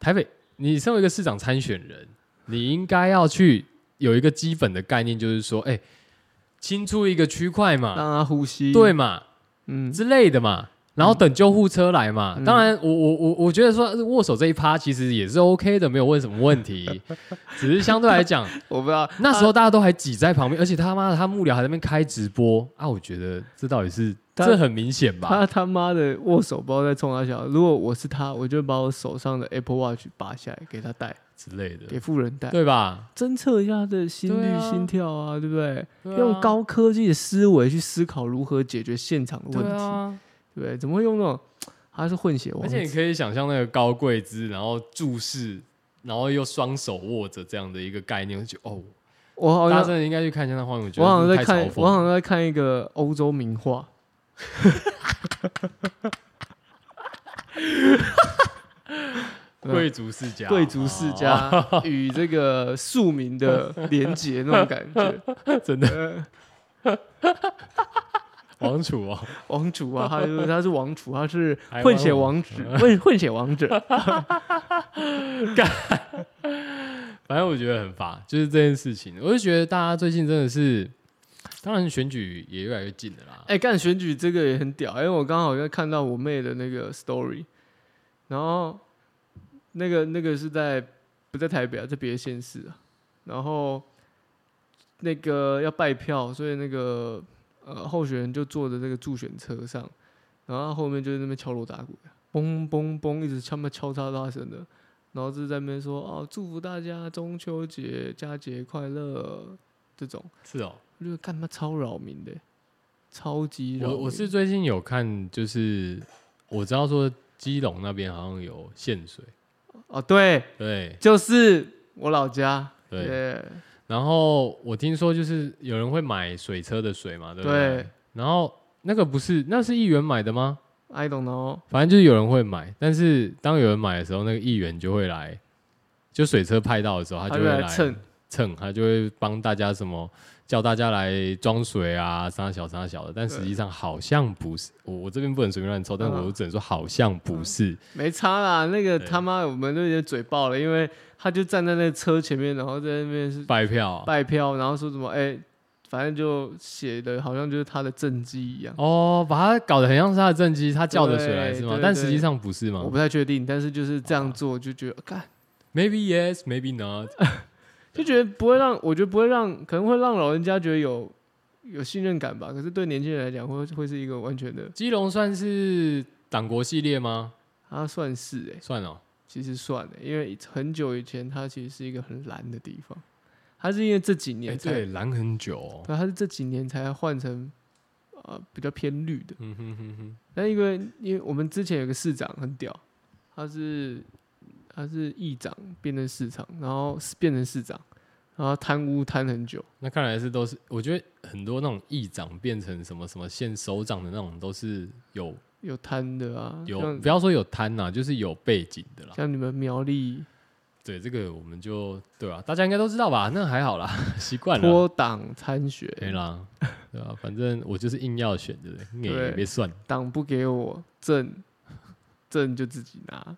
A: 台北，你身为一个市长参选人，你应该要去有一个基本的概念，就是说，哎、清出一个区块嘛，
B: 让他呼吸，
A: 啊对，嘛 [laughs]
B: 嗯，
A: 之类的嘛。然后等救护车来嘛，
B: 嗯
A: 当然我我我我觉得说握手这一趴其实也是 OK 的，没有问什么问题，只是相对来讲，
B: 我不知道，
A: [laughs] 那时候大家都还挤在旁边，而且他妈的他幕僚还在那边开直播啊！我觉得这到底是
B: 他
A: 这很明显吧？
B: 他他妈的握手不知道在冲他笑。如果我是他，我就把我手上的 Apple Watch 拔下来给他戴，
A: 之类的，
B: 给富人戴，
A: 对吧？
B: 侦测一下他的心率、
A: 对啊
B: 心跳啊，对不对？
A: 对啊
B: 用高科技的思维去思考如何解决现场的问
A: 对
B: 题，
A: 啊，
B: 对不对？怎么会用那种他是混血王
A: 而且你
B: 子？
A: 可以想象那个高贵姿，然后注视，然后又双手握着这样的一个概念，我就觉得哦，
B: 我好
A: 大家
B: 像
A: 真的应该去看一下那画面，我觉
B: 我好像
A: 得
B: 在
A: 太嘲
B: 看，
A: 讽
B: 我好
A: 了。
B: 像在看一个欧洲名画。
A: 贵族世家，哦
B: 贵族世家与这个庶民的连结那种感觉。呃
A: 哦 [laughs] 真的王储哦， [laughs]
B: 王储啊，他就是他是王储，他是
A: 台湾
B: 混血
A: 王
B: 王子，混混血王者。
A: 反正我觉得很乏，就是这件事情，我就觉得大家最近真的是，当然选举也越来越近了啦。
B: 哎、干选举这个也很屌，因为我刚好在看到我妹的那个 story，然后那个那个是在不在台北啊，在别的县市啊，然后那个要拜票，所以那个呃候选人就坐着这个助选车上，然后后面就在那边敲锣打鼓，嘣嘣嘣，一直敲嘛敲叉大声的。然后就在那边说哦，祝福大家中秋节佳节快乐这种，
A: 是哦，
B: 我觉得干嘛超扰民的，超级扰
A: 我
B: 民。
A: 我是最近有看，就是我知道说基隆那边好像有限水，
B: 哦，对，
A: 对
B: 就是我老家，
A: 对。
B: 耶，
A: 然后我听说就是有人会买水车的水嘛，对不对？
B: 对
A: 然后那个不是那是议员买的吗？
B: ，I don't know，
A: 反正就是有人会买，但是当有人买的时候，那个议员就会来，就水车派到的时候，啊他就
B: 就
A: 会
B: 来
A: 来
B: 蹭，
A: 蹭，他就会帮大家什么叫大家来装水啊，啥小啥小的，但实际上好像不是，我我这边不能随便乱抽，但
B: 嗯
A: 我只能说好像不是，
B: 没差啦，那个
A: 对
B: 他妈我们都已经嘴爆了，因为他就站在那车前面，然后在那边是
A: 拜票啊、
B: 拜票，然后说什么，哎、反正就写的好像就是他的政绩一样，
A: 哦，把他搞得很像是他的政绩，他叫的水来是吗
B: 对？对
A: 但实际上不是吗
B: 我不太确定，但是就是这样做就觉得，干、
A: ？Maybe yes, maybe not。
B: 就觉得不会让，我觉得不会让，可能会让老人家觉得有有信任感吧，可是对年轻人来讲会会是一个完全的，
A: 基隆算是党国系列吗？
B: 他算是哎、
A: 算哦，
B: 其实算了，因为很久以前它其实是一个很蓝的地方，它是因为这几
A: 哎，
B: 年才，
A: 对，蓝很久、哦。
B: 对它是这几年才换成呃比较偏绿的。
A: 嗯哼哼哼，
B: 那因为因为我们之前有个市长很屌，他是他是议长变成市长，然后变成市长，然后贪污贪很久，
A: 那看来是都是，我觉得很多那种议长变成什么什么县首长的那种，都是有
B: 有贪的啊，
A: 有
B: 像
A: 不要说有贪呐、就是有背景的啦。
B: 像你们苗栗
A: 对，这个我们就对啊，大家应该都知道吧？那还好啦， [laughs] 习惯了，
B: 脱党参选，
A: 没啦，对啊，反正我就是硬要选，对不对？你也
B: 对
A: 别算，
B: 党不给我证，证就自己拿。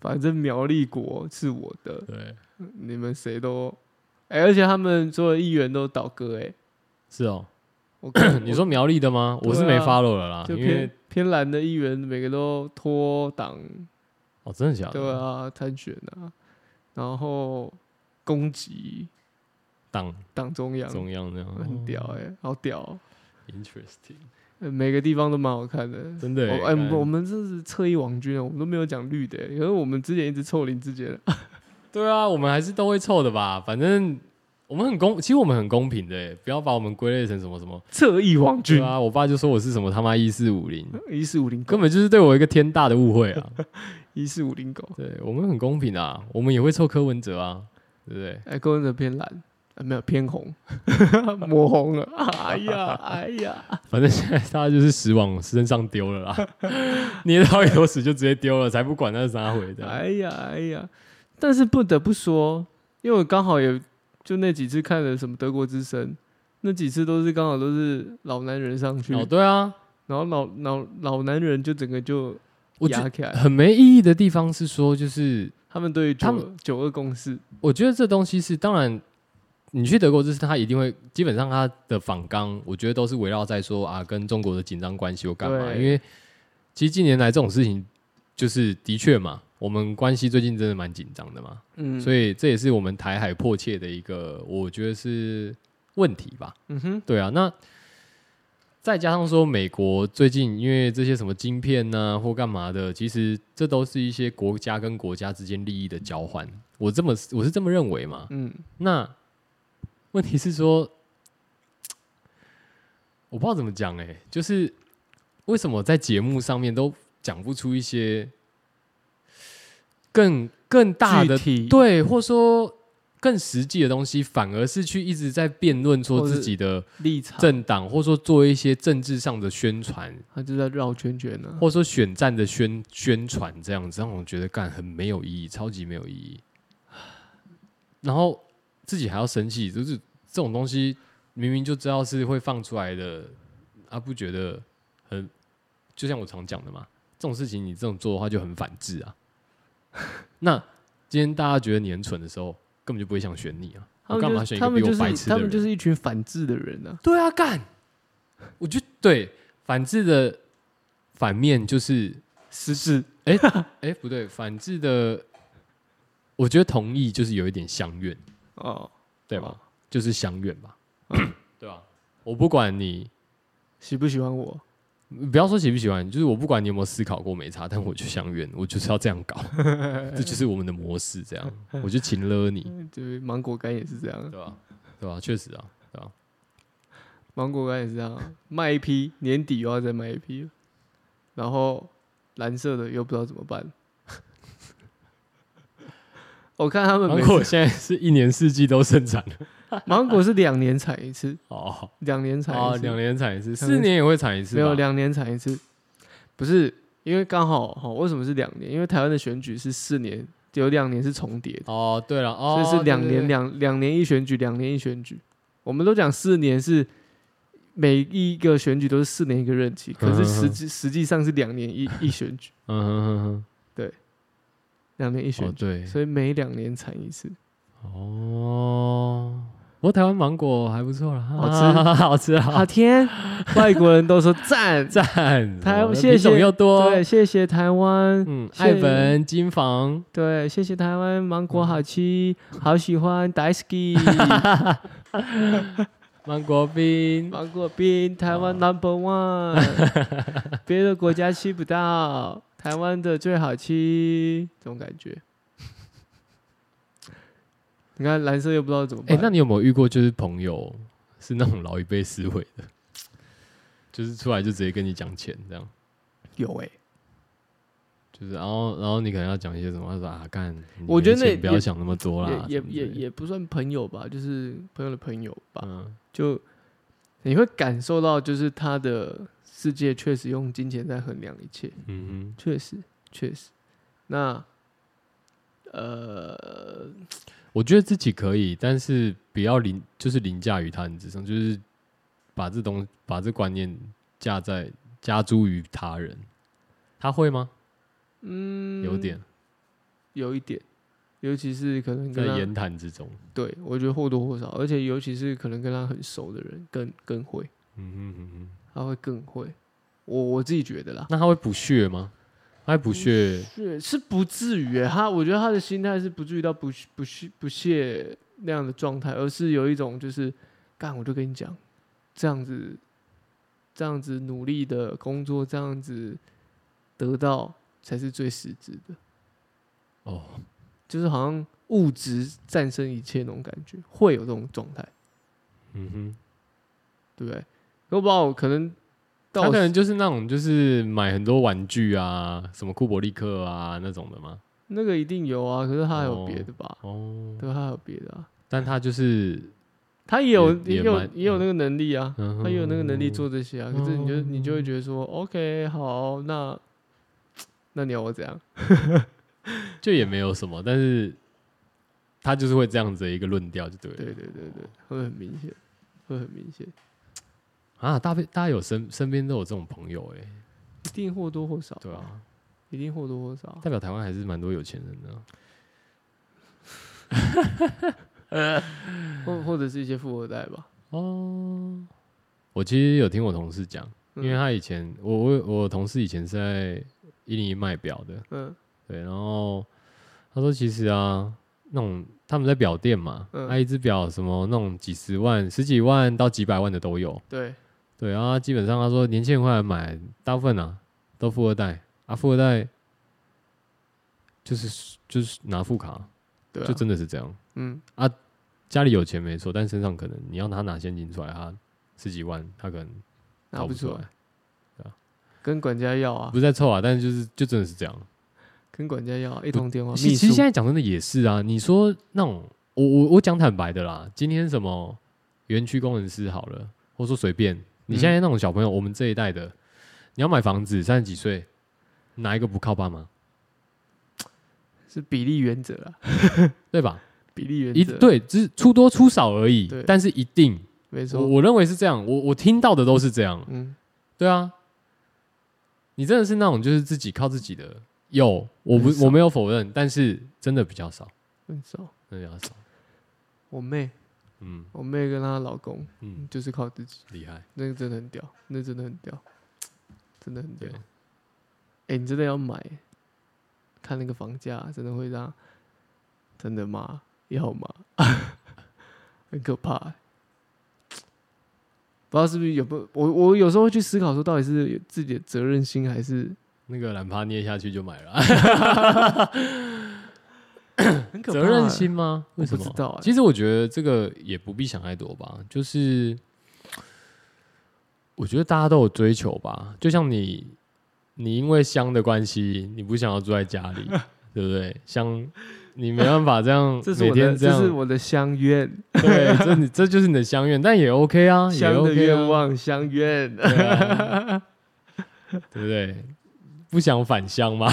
B: 反正苗栗国是我 [laughs] 的，
A: 对，
B: 你们谁都，哎、而且他们所有议员都倒戈、哎，
A: 是哦。
B: 我
A: [coughs]
B: 看
A: 你说苗栗的吗？
B: 对啊
A: 我是没 follow 了啦，
B: 就
A: 因为
B: 偏偏蓝的议员每个都脱党，
A: 哦，真的假的？
B: 对啊，参选啊，然后攻击
A: 党
B: 党中央，
A: 中央这样
B: 很屌哎、好屌哦、
A: i n t e r e s t i n g
B: 呃每个地方都蛮好看的，
A: 真的欸
B: 哦哎、
A: 干
B: 我们这是侧翼网军啊，我们都没有讲绿的欸，因为我们之前一直凑林志杰的， [laughs]
A: 对啊，我们还是都会凑的吧，反正我们很公，其实我们很公平的欸，不要把我们归类成什么什么。
B: 侧翼网
A: 对
B: 军
A: 啊，我爸就说我是什么他妈一四五零，
B: 一四五零
A: 根
B: 狗，
A: 本就是对我一个天大的误会啊！
B: 一四五零狗，
A: 对我们很公平啊，我们也会凑柯文哲啊，对不对？
B: 哎、柯文哲偏蓝，啊、没有偏红， [laughs] 抹红了，哎呀哎
A: [laughs]
B: 呀，
A: 反正现在大家就是屎往身上丢了
B: [laughs]
A: 啦，捏到一坨屎就直接丢了，才不管那是啥回的。
B: 哎呀哎呀，但是不得不说，因为我刚好也就那几次看了什么德国之声，那几次都是刚好都是老男人上去，
A: 哦，对啊，
B: 然后老老老男人就整个就
A: 我觉
B: 压起来。
A: 很没意义的地方是说，就是
B: 他们对于
A: 他
B: 九
A: 们
B: 九二共识，
A: 我觉得这东西是当然，你去德国就是他一定会，基本上他的访纲，我觉得都是围绕在说啊，跟中国的紧张关系或干嘛，
B: 对
A: 因为其实近年来这种事情，就是的确嘛，我们关系最近真的蛮紧张的嘛，
B: 嗯，
A: 所以这也是我们台海迫切的一个，我觉得是问题吧。
B: 嗯哼，
A: 对啊，那再加上说，美国最近因为这些什么晶片呐、或干嘛的，其实这都是一些国家跟国家之间利益的交换。我这么我是这么认为嘛。
B: 嗯，
A: 那问题是说，我不知道怎么讲哎、就是为什么在节目上面都讲不出一些更更大的
B: 具体
A: 对，或说更实际的东西，反而是去一直在辩论说自己的
B: 立场，
A: 政党，或说做一些政治上的宣传，
B: 他就在绕圈圈呢、
A: 或说选战的宣宣传这样子，让我觉得干很没有意义，超级没有意义。然后自己还要生气，就是这种东西明明就知道是会放出来的，啊，不觉得很？就像我常讲的嘛，这种事情你这种做的话就很反智啊。 [laughs] 那今天大家觉得你很蠢的时候，根本就不会想选你啊。
B: 他
A: 我
B: 们
A: 干嘛
B: 就是
A: 选一
B: 他
A: 个
B: 们
A: 比
B: 就
A: 我
B: 是
A: 白痴
B: 他
A: 的人？
B: 们就是一群反智的人呢、
A: 对啊，干！我就对反制的反面就是
B: 失智，
A: 哎、不对，反制的，我觉得同意就是有一点相怨，
B: 哦，
A: 对吧？
B: 哦
A: 就是相怨吧， [clears throat] 对吧、我不管你，
B: 喜不喜欢我？
A: 不要说喜不喜欢，就是我不管你有没有思考过没差，但我就相怨，我就是要这样 [laughs] 搞，这就是我们的模式，这 [laughs] 样我就擒了你，
B: 嗯对，芒果干也是这样，
A: 对吧？对吧？确实啊，对吧？
B: 芒果干也是这样啊，卖一批，年底又要再卖一批了，然后蓝色的又不知道怎么办。我看他们
A: 芒
B: 每
A: 果
B: 次
A: 现在是一年四季都盛产
B: 芒果是两年采一次，
A: 哦，
B: 两年采
A: 啊，
B: 一次，
A: 两年产一次，
B: 两
A: 四
B: 年
A: 年也会产一次吧，
B: 没有两年产一次，不是因为刚好哈、哦为什么是两年？因为台湾的选举是四年，有两年是重叠的，
A: 哦，对了，哦，
B: [laughs] 所以是两
A: 对
B: 年，两两年一选举，两年一选举。我们都讲四年是每一个选举都是四年一个任期，
A: 嗯
B: 可是实际实际上是两年一一选举，
A: 对对嗯哼哼
B: 两年一
A: 哼，
B: 选
A: 哦，
B: 举，
A: 对，
B: 所以每两年产一次。
A: 哦，不过台湾芒果还不错啦，
B: 好
A: 好吃
B: 好
A: 啊，
B: 天，外国人都说赞，
A: [laughs] 赞！哦
B: 台
A: 我的
B: 谢
A: 品种
B: 谢
A: 又多，
B: 对，谢谢台湾，
A: 嗯，
B: 谢
A: 爱文金房，
B: 对，谢谢台湾，芒果
A: 嗯
B: 好吃，好喜欢 d a i s k i
A: 芒果冰，
B: 芒果冰，台湾
A: 啊
B: number one，别的国家吃不到，台湾的最好吃，这种感觉。你看蓝色又不知道怎么
A: 哎
B: 办，，
A: 那你有没有遇过就是朋友是那种老一辈思维的，就是出来就直接跟你讲钱这样？
B: 有哎、
A: 就是然后然后你可能要讲一些什么，他说啊干，你
B: 我觉得那
A: 没钱不要
B: 也
A: 想那么多啦，
B: 也
A: 什么之
B: 也也
A: 类的
B: 也不算朋友吧，就是朋友的朋友吧，
A: 嗯
B: 就你会感受到，就是他的世界确实用金钱在衡量一切，
A: 嗯
B: 确实确实。那呃，
A: 哼，我觉得自己可以，但是不要凌就是凌驾于他人之上，就是把这东把这观念架在加诸于他人，他会吗？
B: 嗯，
A: 有点
B: 有一点，尤其是可能
A: 在
B: 跟他
A: 言谈之中，
B: 对，我觉得或多或少，而且尤其是可能跟他很熟的人，更更会，
A: 嗯哼嗯哼。
B: 他会更会。我我自己觉得啦，
A: 那他会不屑吗？他会不屑
B: 是是不至于欸，他我觉得他的心态是不至于到不屑不屑不屑那样的状态，而是有一种就是干我就跟你讲，这样子这样子努力的工作，这样子得到才是最实质的，
A: 哦，
B: 就是好像物质战胜一切那种感觉，会有这种状态，
A: 嗯哼，
B: 对不对？我不知道，可能到
A: 他
B: 我
A: 可能就是那种就是买很多玩具啊，什么库伯利克啊那种的吗？
B: 那个一定有啊，可是他还有别的吧？
A: 哦，
B: 对，他还有别的啊，
A: 但他就是，
B: 他也有
A: 也
B: 也
A: 也
B: 有
A: 蛮
B: 也有那个能力啊。
A: 嗯哦
B: 他也有那个能力做这些啊，可是你就你就会觉得说，OK，好，那那你要我怎样？
A: 哼，就也没有什么，但是他就是会这样子的一个论调，就对了。
B: 对对对对，会很明显，会很明显，
A: 啊，大大家有身身边都有这种朋友哎、
B: 一定或多或少，
A: 对，啊，
B: 一定或多或少。
A: 代表台湾还是蛮多有钱人的啊、
B: 或或者是一些富二代吧，
A: 哦，我其实有听我同事讲，因为
B: 嗯
A: 他以前我我我同事以前是在一零一卖表的，
B: 嗯
A: 对，然后他说其实啊，那种他们在表店嘛，那、
B: 嗯
A: 一只表什么那种几十万、十几万到几百万的都有，
B: 对，
A: 对，然后他基本上他说年轻人会来买，大部分啊都富二代啊，富二代就是就是拿副卡，
B: 对、啊，
A: 就真的是这样，
B: 嗯，
A: 家里有钱没错，但身上可能你让他拿现金出来，他十几万他可能
B: 拿
A: 掏
B: 不
A: 出
B: 出
A: 来
B: 来，，跟管家要啊
A: 不，是在凑啊，但是就是就真的是这样。
B: 跟管家要啊、一通电话，
A: 其
B: 秘
A: 其实
B: 书
A: 现在讲真的也是啊，你说那种，我我我讲坦白的啦，今天什么园区工程师好了，或者说随便，你现在那种小朋友，我们这一代的，你要买房子，三十几岁，哪一个不靠爸妈？
B: 是比例原则啊啦，
A: 对吧？
B: 比例原
A: 一
B: 则，，
A: 对，只是出多出少而已
B: 对，
A: 但是一定，
B: 没
A: 我
B: 错，
A: 我认为是这样，我我听到的都是这样，
B: 嗯，
A: 对啊，你真的是那种就是自己靠自己的，有，我不
B: 很少
A: 我没有否认，但是真的比较少，
B: 很少。
A: 真的比较少，
B: 我妹，
A: 嗯
B: 我妹跟她老公
A: 嗯，
B: 就是靠自己。
A: 厉害，
B: 那个真的很屌，那真的很屌，真的很屌
A: 对。啊
B: 哎、你真的要买？看那个房价，真的会让，真的吗？要吗？ [laughs] 很可怕欸、不知道是不是有没有我我有时候会去思考说，到底是有自己的责任心，还是
A: 那个懒趴捏下去就买
B: [laughs]
A: 了啊、
B: 很可怕
A: 责
B: 欸、
A: 任心吗？
B: 我
A: 为什
B: 不
A: 么？
B: 知道欸
A: 其实我觉得这个也不必想太多吧，就是我觉得大家都有追求吧，就像你，你因为香的关系，你不想要住在家
B: [laughs]
A: 里，对不对？香，你没办法这样，
B: 这是
A: 每
B: 我的，
A: 天
B: 这
A: 样，
B: 是我的相愿， [laughs]
A: 对，这你这就是你的相愿，但也 OK 啊，也
B: 相的
A: OK
B: 愿
A: 啊，
B: 望，
A: [laughs]
B: 相愿。
A: 对啊对不对？不想返乡吗？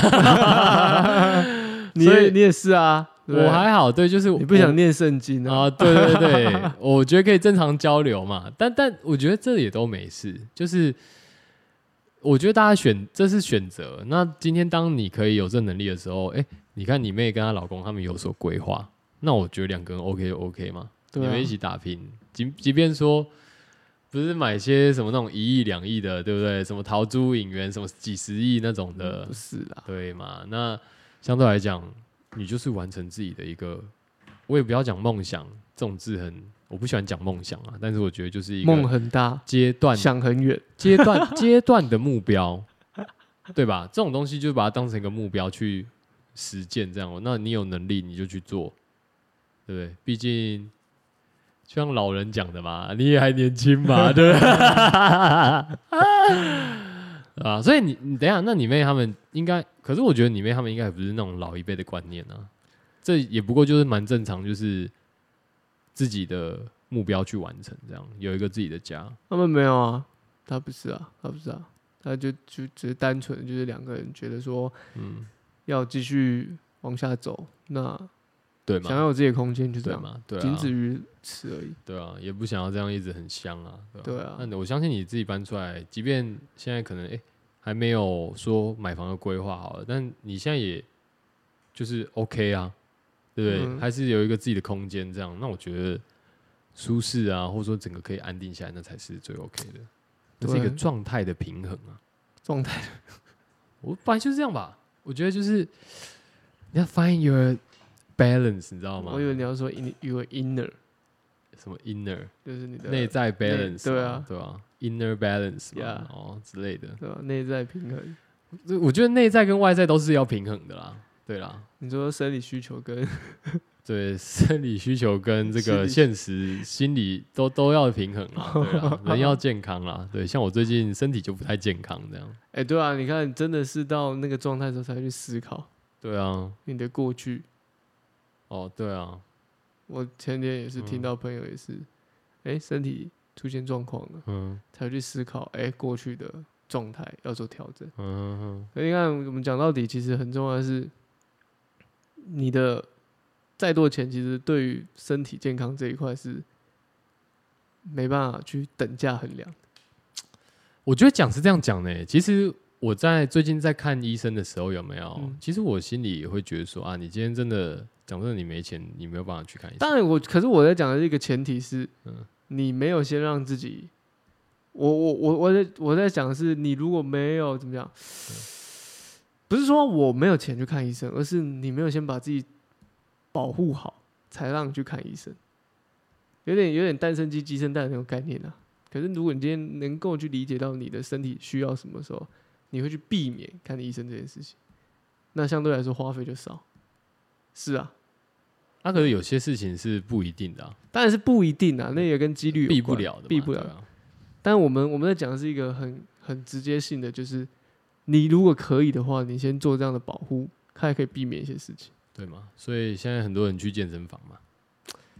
B: 你
A: 所以
B: 也你也是啊，对不对
A: 我还好，对，就是
B: 你不
A: 我
B: 想念圣经啊？
A: 啊，对对对，我觉得可以正常交流嘛，但但我觉得这也都没事，就是我觉得大家选这是选择。那今天当你可以有这能力的时候，哎，你看你妹跟她老公他们有所规划，那我觉得两个人 OK 就 OK 嘛，
B: 对
A: 你
B: 啊
A: 们一起打拼，即即便说。不是买些什么那种一亿两亿的，对不对？什么桃珠影园，什么几十亿那种的
B: 不，是啦，
A: 对嘛？那相对来讲，你就是完成自己的一个，我也不要讲梦想，这种字很，我不喜欢讲梦想啊，但是我觉得就是一
B: 梦
A: 个
B: 很大，
A: 阶段、
B: 想很远，
A: 阶段、 [laughs] 阶段的目标，对吧？这种东西就把它当成一个目标去实践，这样，那你有能力你就去做，对不对？毕竟。就像老 [laughs] 人讲的嘛，你也还年轻嘛，对不对？啊，所以你你等一下，那你妹他们应该，可是我觉得你妹他们应该也不是那种老一辈的观念啊，这也不过就是蛮正常，就是自己的目标去完成，这样有一个自己的家，
B: 他们没有啊，他不是啊，他不是啊，他就就只是单纯的就是两个人觉得说
A: 嗯，
B: 要继续往下走，那
A: 对
B: 想
A: 吗？
B: 要有自己的空间就这
A: 对
B: 样，
A: 吗？对
B: 仅
A: 啊，
B: 止于此而已。
A: 对啊，也不想要这样一直很香啊，对吧、
B: 对啊
A: 那你我相信你自己搬出来，即便现在可能哎、诶还没有说买房的规划好了，但你现在也就是 OK 啊，对不对？
B: 嗯
A: 还是有一个自己的空间，这样那我觉得舒适啊，或者说整个可以安定下来，那才是最 OK 的，这是一个
B: 对
A: 状态的平衡啊。
B: 状态
A: 我本来就是这样吧，我觉得就是你要 find your balance，你知道吗？
B: 我以为你要说 in your inner，
A: 什么 inner。
B: 就是你的
A: 内在 balance，
B: 对
A: 嘛
B: 啊
A: 对啊，inner balance 嘛
B: Yeah，
A: 哦之类的。
B: 对吧？内在平衡。
A: 这我觉得内在跟外在都是要平衡的啦，对啦，
B: 你说生理需求跟
A: 对 [laughs] 生理需求跟这个
B: 心
A: 现实、心理都都要平衡
B: [laughs]
A: 啊，对啦，人要健康啦，对，像我最近身体就不太健康，这样，
B: 哎、对啊，你看，真的是到那个状态的时候才去思考
A: 对啊，
B: 你的过去。
A: 哦，对啊，
B: 我前天也是听
A: 嗯
B: 到朋友也是，哎、身体出现状况了，
A: 嗯
B: 才去思考，哎、过去的状态要做调整。
A: 嗯嗯
B: 可你看，我们讲到底，其实很重要的是，你的再多钱，其实对于身体健康这一块是没办法去等价衡量。
A: 我觉得讲是这样讲呢，其实我在最近在看医生的时候，有没有？
B: 嗯
A: 其实我心里也会觉得说啊，你今天真的讲真的，你没钱，你没有办法去看医生。
B: 当然我，可是我在讲的一个前提是，
A: 嗯
B: 你没有先让自己，我我我我在我在讲的是，你如果没有怎么样，
A: 嗯
B: 不是说我没有钱去看医生，而是你没有先把自己保护好，才让你去看医生，有点有点蛋生鸡鸡生蛋的那种概念啊。可是如果你今天能够去理解到你的身体需要什么时候，你会去避免看医生这件事情，那相对来说花费就少。是啊，
A: 那、可是有些事情是不一定的、啊，
B: 当然是不一定啊，那也跟几率有
A: 嗯避不
B: 关
A: 了的嘛，
B: 避不
A: 对
B: 了。
A: 啊。
B: 但我们我们在讲的是一个很很直接性的，就是你如果可以的话，你先做这样的保护，看来可以避免一些事情。
A: 对嘛？所以现在很多人去健身房嘛，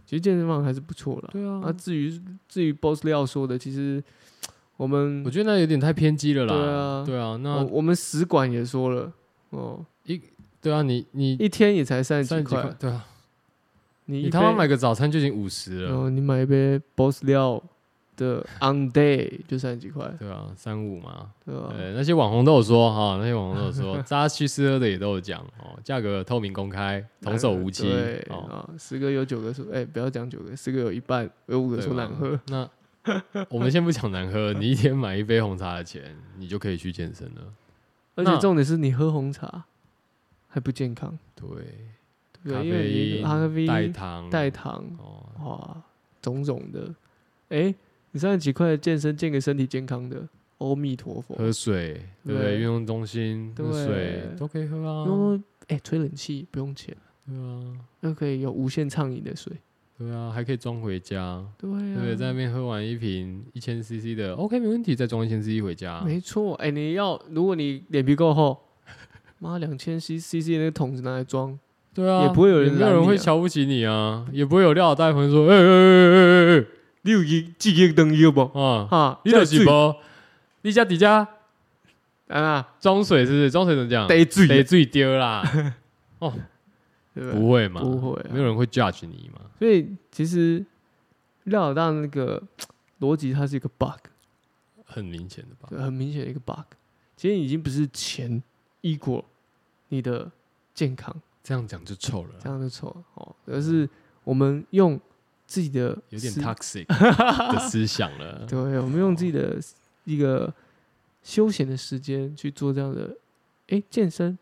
B: 其实健身房还是不错啦。
A: 对
B: 啊，至于至于 Boss 廖说的，其实我们
A: 我觉得那有点太偏激了啦。
B: 对哦
A: 对啊，
B: 我
A: 那
B: 我们使馆也说了，哦，
A: 对啊，你你
B: 一天也才三十
A: 三十
B: 几
A: 几块
B: 块，，
A: 对啊，
B: 你
A: 你
B: 一
A: 他妈
B: 杯哦
A: 买，个早餐就已经五十
B: 然
A: 了，
B: 后你买一杯 Boss 廖的 On Day 就三十几块，
A: 对啊，三五嘛。
B: 对吧？
A: 呃，那些网红都有说哈，那些网红都有说， [laughs] 大家去吃喝的也都有讲哦，价格透明公开，童叟无欺
B: 对
A: 哦。
B: 啊，十个有九个说，哎、不要讲九个，十个有一半有五个
A: 对
B: 说难
A: 吧
B: 喝。
A: 那我们先不讲难喝，你一天买一杯红茶的钱，你就可以去健身了。
B: 而
A: 那
B: 且重点是你喝红茶还不健康，
A: 对，
B: 对不
A: 咖
B: 对？因
A: 啡
B: 为你
A: 因
B: 咖啡因
A: 代糖，
B: 代糖，
A: 哦，
B: 哇，种种的。哎，你三十几块的健身健个身体健康的，阿弥陀佛。
A: 喝水，对不对？
B: 对
A: 运动中心喝
B: 对
A: 水都可以喝啊，
B: 哦，哎，吹冷气不用钱，
A: 对啊，
B: 又可以有无限畅饮的水。
A: 对啊，还可以装回家，
B: 对
A: 对不对？
B: 啊，
A: 在那边喝完一瓶一千 CC 的，OK，没问题，再装一千 CC 回家，
B: 没错。哎，你要如果你脸皮够厚，妈两千 CC 的那个桶子拿来装，
A: 对啊，
B: 也不会有人
A: 也没有
B: 拦
A: 人
B: 你
A: 会
B: 啊
A: 瞧不起你啊，也不会有廖老大朋友说，哎哎哎哎哎
B: 六一几亿等一个不？
A: 哎，啊，
B: 啊，
A: 你就是
B: 不？
A: 不，你家底家
B: 啊，
A: 装水是不是？装水怎么讲？
B: 得罪
A: 得
B: 人，
A: 最丢
B: [laughs]
A: 啦，
B: 对不对
A: 不会嘛？
B: 不会啊
A: 没有人会 judge 你嘛？
B: 所以其实廖老大那个逻辑，它是一个 bug，
A: 很明显的吧？
B: 对，很明显的一个 bug。其实已经不是钱 equal 你的健康
A: 这样讲就臭了
B: 这
A: 啦，
B: 样就错了哦，而是我们用自己的
A: 有点
B: 思
A: toxic
B: [laughs]
A: 的思想了。
B: 对，我们用自己的一个休闲的时间去做这样的，哎，健身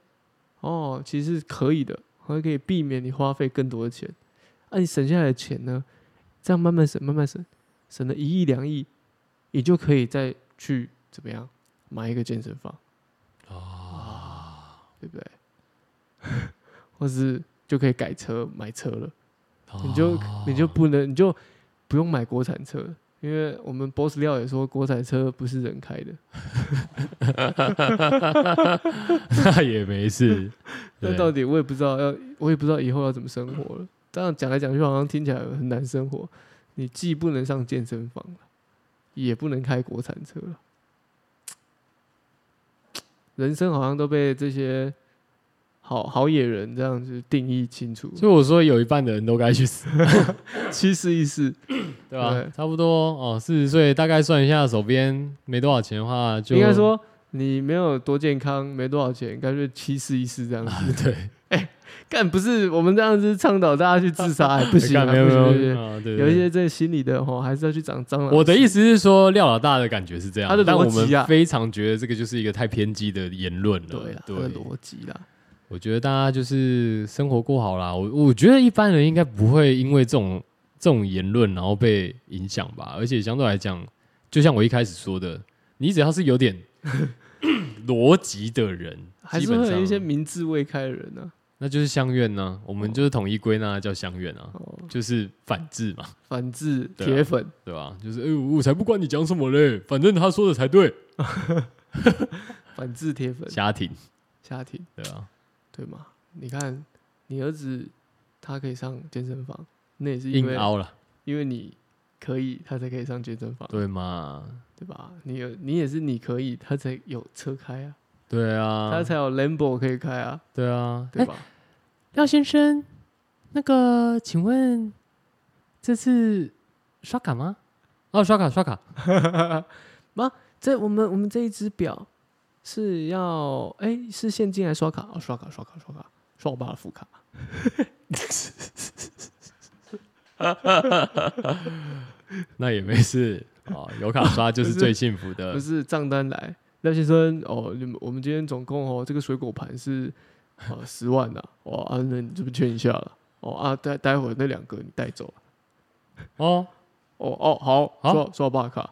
B: 哦，其实是可以的，还可以避免你花费更多的钱。那、你省下来的钱呢，这样慢慢省，慢慢省，省了一亿两亿，你就可以再去怎么样买一个健身房，哦
A: 啊
B: 对不对？ [laughs] 或是就可以改车买车了，
A: 啊
B: [laughs] 你就你就不能你就不用买国产车了，因为我们 boss 料也说国产车不是人开的，
A: 那也没事。
B: [laughs] 那
A: 对
B: 到底我也不知道要，我也不知道以后要怎么生活了。这样讲来讲去，好像听起来很难生活。你既不能上健身房了，也不能开国产车了，人生好像都被这些好好野人这样子定义清楚。
A: 所以我说有一半的人都该去死，
B: 七四一四，
A: 对吧？
B: 对
A: 差不多哦，四十岁大概算一下，手边没多少钱的话就，
B: 应该说你没有多健康，没多少钱，干脆七四一四这
A: 啊
B: 样子。
A: [laughs] 对，
B: 干不是我们这样子倡导大家去自
A: [laughs]
B: 杀、 [laughs] 哎不行、啊，
A: 没有
B: 不
A: 没
B: 行
A: 有
B: 不行，
A: 啊对，对
B: 有
A: 对
B: 一。些这心理的吼，还是要去长蟑螂。
A: 我的意思是说，廖老大的感觉是这样，
B: 他的
A: 但我
B: 逻辑啊
A: 们非常觉得这个就是一个太偏激的言论了。
B: 嗯对啦，啊他
A: 对，
B: 的逻辑啦，
A: 我觉得大家就是生活过好啦。我我觉得一般人应该不会因为这种这种言论然后被影响吧。而且相对来讲，就像我一开始说的，你只要是有点 [coughs] 逻辑的人，
B: 还
A: 基
B: 是
A: 本
B: 会有
A: 上
B: 一些明智未开的人啊呢、
A: 那就是相怨呢、我们就是统一归纳叫相怨啊，
B: 哦，
A: 就是反制嘛，
B: 反制
A: 对啊
B: 铁粉，
A: 对吧？就是哎、我才不管你讲什么嘞，反正他说的才对。
B: 反制铁粉
A: 家庭
B: 家庭，
A: 对啊，
B: 对吗？你看，你儿子他可以上健身房，那也是因
A: 硬
B: 为
A: 凹了，
B: 因为你可以，他才可以上健身房，
A: 对嘛？
B: 对吧？你有你也是你可以，他才有车开啊，哎
A: 对
B: 他
A: 啊，
B: 才有 Lambo 可以开啊，
A: 对啊，
B: 对吧？
A: 廖先生，那个，请问这次刷卡吗？哦，刷卡，刷卡。
B: 这我们我们这一只表是要哎、是现金还是刷卡？哦，刷卡刷卡刷卡，刷我爸的副卡。
A: 那也没事哦，有卡刷就是最幸福 [laughs]
B: 不
A: 的。
B: 是账单来，廖先生哦，你们我们今天总共哦，这个水果盘是呃十万呐、哦啊， [laughs] 那你这边欠一下了，哦啊，待待会儿那两个你带走，
A: 哦
B: 哦哦好，
A: 好
B: 刷刷我爸的卡，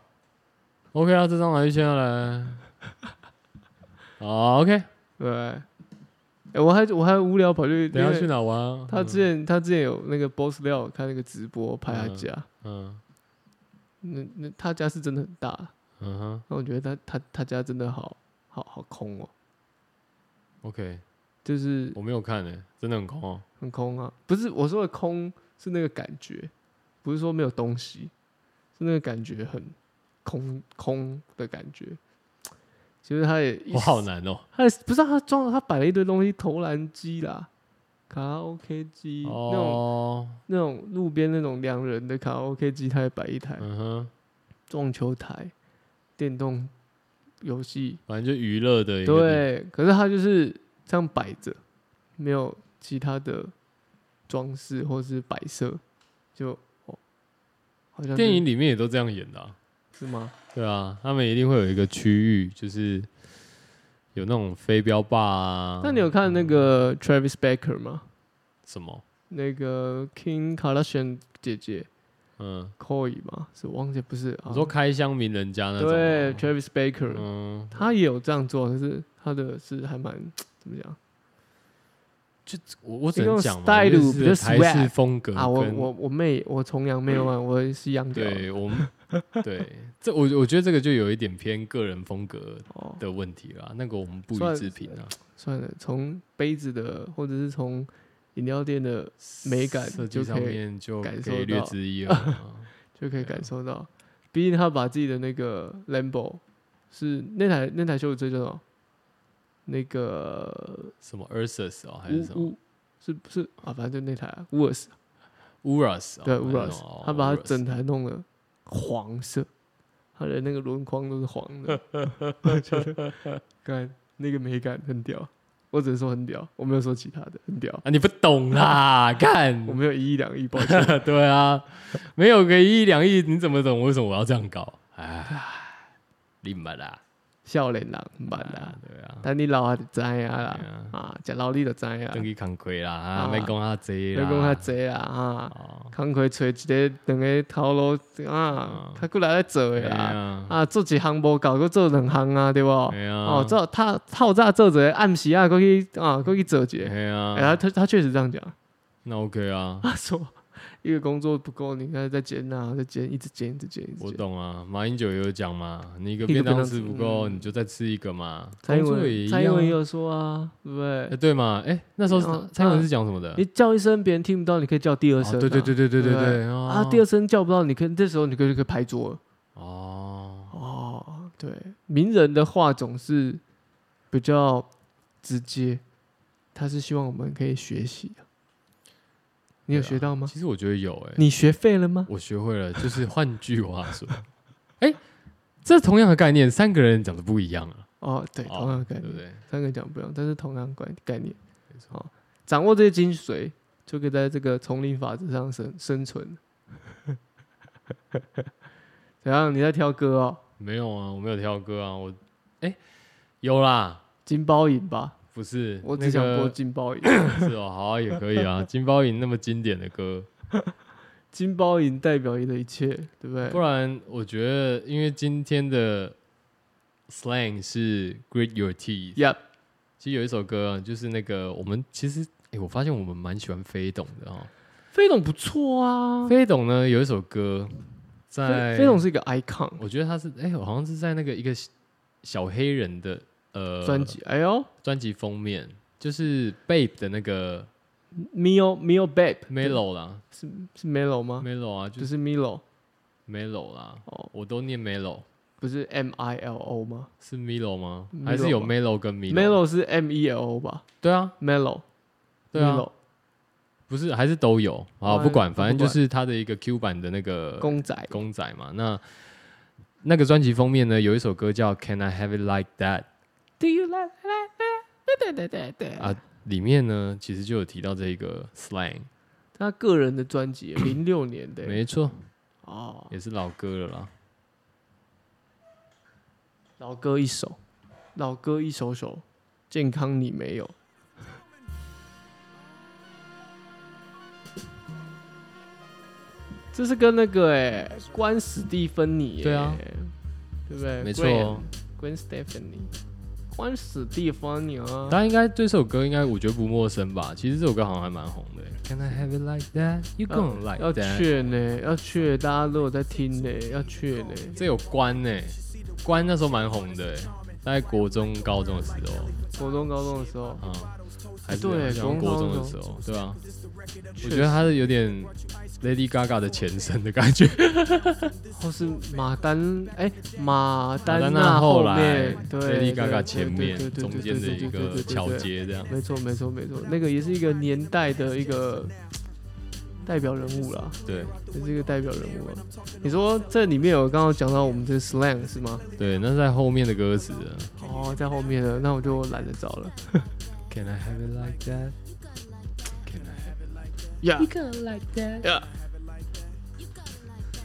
A: ，OK 啊，这张来就先来。 [laughs] 好，OK，
B: 对，哎、我还我还无聊跑去，
A: 等一
B: 因
A: 下
B: 为
A: 去哪玩啊？
B: 他之前他之前有那个 boss 料看那个直播拍他家，
A: 嗯
B: 那那他家是真的很大，
A: 嗯哼
B: 那我觉得他他他家真的好好好空哦，
A: ，OK，
B: 就是
A: 我没有看诶，真的很空哦。
B: 很空啊，不是我说的空是那个感觉，不是说没有东西，是那个感觉很空空的感觉。其实他也一
A: 我好难哦。
B: 他也不是啊他装了他摆了一堆东西，投篮机啦，卡拉 OK 机、那种
A: 哦，
B: 那种路边那种两人的卡拉 OK 机，他也摆一台，
A: 嗯哼，
B: 撞球台、电动游戏，
A: 反正就娱乐的一个地。
B: 对，可是他就是这样摆着，没有其他的装饰或是摆设，就哦，好像是
A: 电影里面也都这样演的啊。
B: 是吗？
A: 对啊，他们一定会有一个区域，就是有那种飞镖坝啊。
B: 那你有看那个 Travis Baker 吗？
A: 什么？
B: 那个 King Kardashian 姐姐
A: 嗯，
B: Koi 吗？是忘记不是？啊
A: 你说开箱名人家那种吗？
B: 对 Travis Baker，、
A: 嗯，
B: 他也有这样做，可是他的是还蛮怎么讲
A: 我我只
B: 这
A: 能
B: 种
A: 讲嘛，
B: style
A: 就是
B: 比较
A: 台
B: swag
A: 式风格
B: 啊？我
A: 跟
B: 我我妹，我崇洋媚外，我是洋屌
A: 对我们对这我我觉得这个就有一点偏个人风格
B: 哦。
A: 的问题啦，那个我们不
B: 算
A: 予置评啊。
B: 算了，从杯子的或者是从饮料店的美感
A: 设计
B: 就
A: 上
B: 可以
A: 面就
B: 感
A: 可以
B: 受
A: 略
B: 到
A: 知一二啊。
B: 就可以感受到。毕竟他把自己的那个 Lambo 是那台那台修车叫什么？那个
A: 什么 Ursus 哦，还是什
B: 乌
A: 么
B: 乌是不是啊？反正就那台啊乌尔斯，
A: Urus？哦
B: 对
A: 还是
B: 乌尔斯
A: 什么，
B: 他把它
A: Urus
B: 整台弄了黄色，他的那个轮框都是黄
A: [laughs]
B: 的，我觉得干那个美感很屌。我只能说很屌，我没有说其他的，很屌。
A: 啊，你不懂
B: [laughs]
A: 啦，看
B: 我没有一亿两亿，抱歉。
A: [laughs] 对啊，没有个一亿两亿，你怎么懂？为什么我要这样搞？哎，你们啦，
B: 少年人毋捌啦
A: 啊，，对啊，
B: 等你老啊就知影啦
A: 对啊，
B: 啊，食老你就知影啦
A: 等，去扛亏啦，啊，
B: 啊
A: 别讲遐济
B: 你
A: 啦，
B: 讲较济啦啊，
A: 哦，
B: 工课找一个两个头路啊
A: 啊，
B: 较过来咧做
A: 对
B: 诶啦，
A: 啊，
B: 啊，做一项无够，搁做两项啊，对无？
A: 对啊，
B: 哦，做他透早做一个，暗时啊，搁去啊，搁去做一个，
A: 对啊，
B: [laughs] 哎，他他确实这样讲，
A: 那 OK 啊，
B: 他说一个工作不够，你看再减啊，再减，一直减，一直减，一直
A: 我
B: 减。
A: 懂啊，马英九也有讲嘛，你一个
B: 一个
A: 便
B: 便
A: 当
B: 当
A: 吃
B: 吃
A: 不够，
B: 嗯
A: 你就再吃一个嘛。
B: 蔡英
A: 工作也一样
B: 文，
A: 啊
B: 蔡英文也有说啊，对不
A: 哎、
B: 对？
A: 对嘛，哎、那时候是
B: 然后
A: 蔡英文是讲什么的？
B: 你啊叫一声别人听不到，你可以叫第二声、啊
A: 哦，对对对。对对对
B: 对
A: 对哦
B: 啊，第二声叫不到，你可以这时候你可以就可以拍桌了。
A: 哦，
B: 哦，对，名人的话总是比较直接，他是希望我们可以学习啊、你有
A: 对啊
B: 学到吗？
A: 其实我觉得有哎、
B: 你学废了吗？
A: [laughs] 我学会了，就是换句话
B: [laughs]
A: 说，哎、这同样的概念，三个人讲的不一样啊，
B: 哦，对，
A: 哦
B: 同样的概
A: 对不
B: 念，
A: 对？
B: 三个讲不一样，但是同样概概念
A: 没。错
B: 好，掌握这些精髓，就可以在这个丛林法则上生生存。 [laughs] 怎样？你在挑歌哦？
A: 没有啊，我没有挑歌啊，我哎、有啦，
B: 金包银吧，
A: 不是，
B: 我
A: 那
B: 只想
A: 个
B: 播金包银。
A: [laughs] 是哦，好、啊、也可以
B: [laughs]
A: 啊，金包银那么经典的歌，
B: 金包银代表你的一切，对不对？
A: 不然我觉得，因为今天的 slang 是 grit your teeth，
B: Yep，
A: 其实有一首歌啊就是那个我们其实，哎、我发现我们蛮喜欢飞董的哦。
B: 飞董不错啊，
A: 飞董呢有一首歌在
B: 飞飞董，是一个 icon
A: 我觉得他是哎、我好像是在那个一个小黑人的呃
B: 专辑，哎呦
A: 专辑封面，就是 Babe 的那个
B: ，Milo Milo Babe
A: Melo 啦
B: 是是 Melo 吗？
A: ，Melo 啊，就
B: 就是是 Milo
A: Melo 啦，
B: 哦，
A: 我都念 Melo。
B: 不是 M I L O 吗
A: 是 Milo 吗？
B: Milo
A: 还是有
B: 吧
A: Melo 跟
B: ？Melo 是 M E L O 吧
A: 对啊，
B: ？Melo
A: 对啊
B: Melo
A: 不是，还是都有啊，
B: 嗯
A: 不管，
B: 不
A: 反正就
B: 管
A: 是他的一个 Q 版的那个
B: 公仔
A: 公仔嘛。那那个专辑封面呢，有一首歌叫《Can I Have It Like That》
B: ，Do you like like that？对对对对
A: 啊
B: 啊，，
A: 里面呢其实就有提到这个 slang，
B: 他个人的专辑，零六年的
A: 没错，
B: 哦，
A: 也是老歌了啦。
B: 老歌一首，老歌一首首，健康你没有。这是跟那个哎、关史蒂芬妮、欸，
A: 对啊，
B: 对不对？
A: 没错哦，
B: ，Gwen Stefani，关史蒂芬妮啊
A: 大，家应该对这首歌应该我觉得不陌生吧？其实这首歌好像还蛮红的。Can Oh， I have it like that? You
B: 要
A: gonna like
B: 要
A: that？
B: 劝呢、要劝，大家都有在听呢、欸要劝呢、
A: 这有关呢，关那时候蛮红的，大概国中高中的时候。
B: 国中高中的时候，
A: 啊，还是
B: 对
A: 像国
B: 国
A: 中
B: 中
A: 的
B: 的
A: 时
B: 时
A: 候，对啊，我
B: 确
A: 觉得
B: 实
A: 他是有点 Lady Gaga 的前身的感觉。
B: 或是马丹哎、马 [laughs] 丹
A: 马娜
B: 娜
A: 后来
B: 面对
A: ，Lady Gaga
B: 对
A: 前
B: 对
A: 面
B: 对对
A: 中
B: 对
A: 间的
B: 对
A: 一
B: 对对
A: 个
B: 对对
A: 桥
B: 对
A: 接这样。
B: 没错没错没错，那个也是一个年代的一个代表人物啦，
A: 对
B: 也是一个代表人物啊。你说这里面有刚刚讲到我们这 slang 是吗？
A: 对，那在后面的歌词啊了
B: 哦，在后面的，那我就懒得找了。
A: ，Can I have it like that? Can I have it like
B: Yeah, yeah.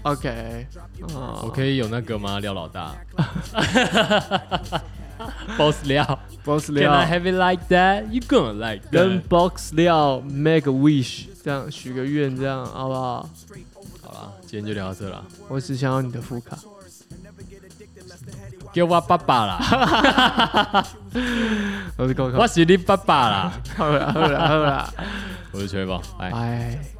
B: OK，啊
A: that？我可以有那个吗？廖老大 [laughs] ，Boss 廖
B: ，Box
A: ，Can I
B: 料
A: have it like that? You gonna like
B: 跟
A: that？
B: Box 料 make a wish，这样许个愿，这样好不好？
A: 好啦，今天就聊到这啦，
B: 我只想要你的副卡。
A: 给我爸爸啦， [laughs]
B: 我是高考 [laughs]
A: 我，是你爸爸啦，
B: 好了好了好了，
A: 我是锤宝，拜。
B: 哎。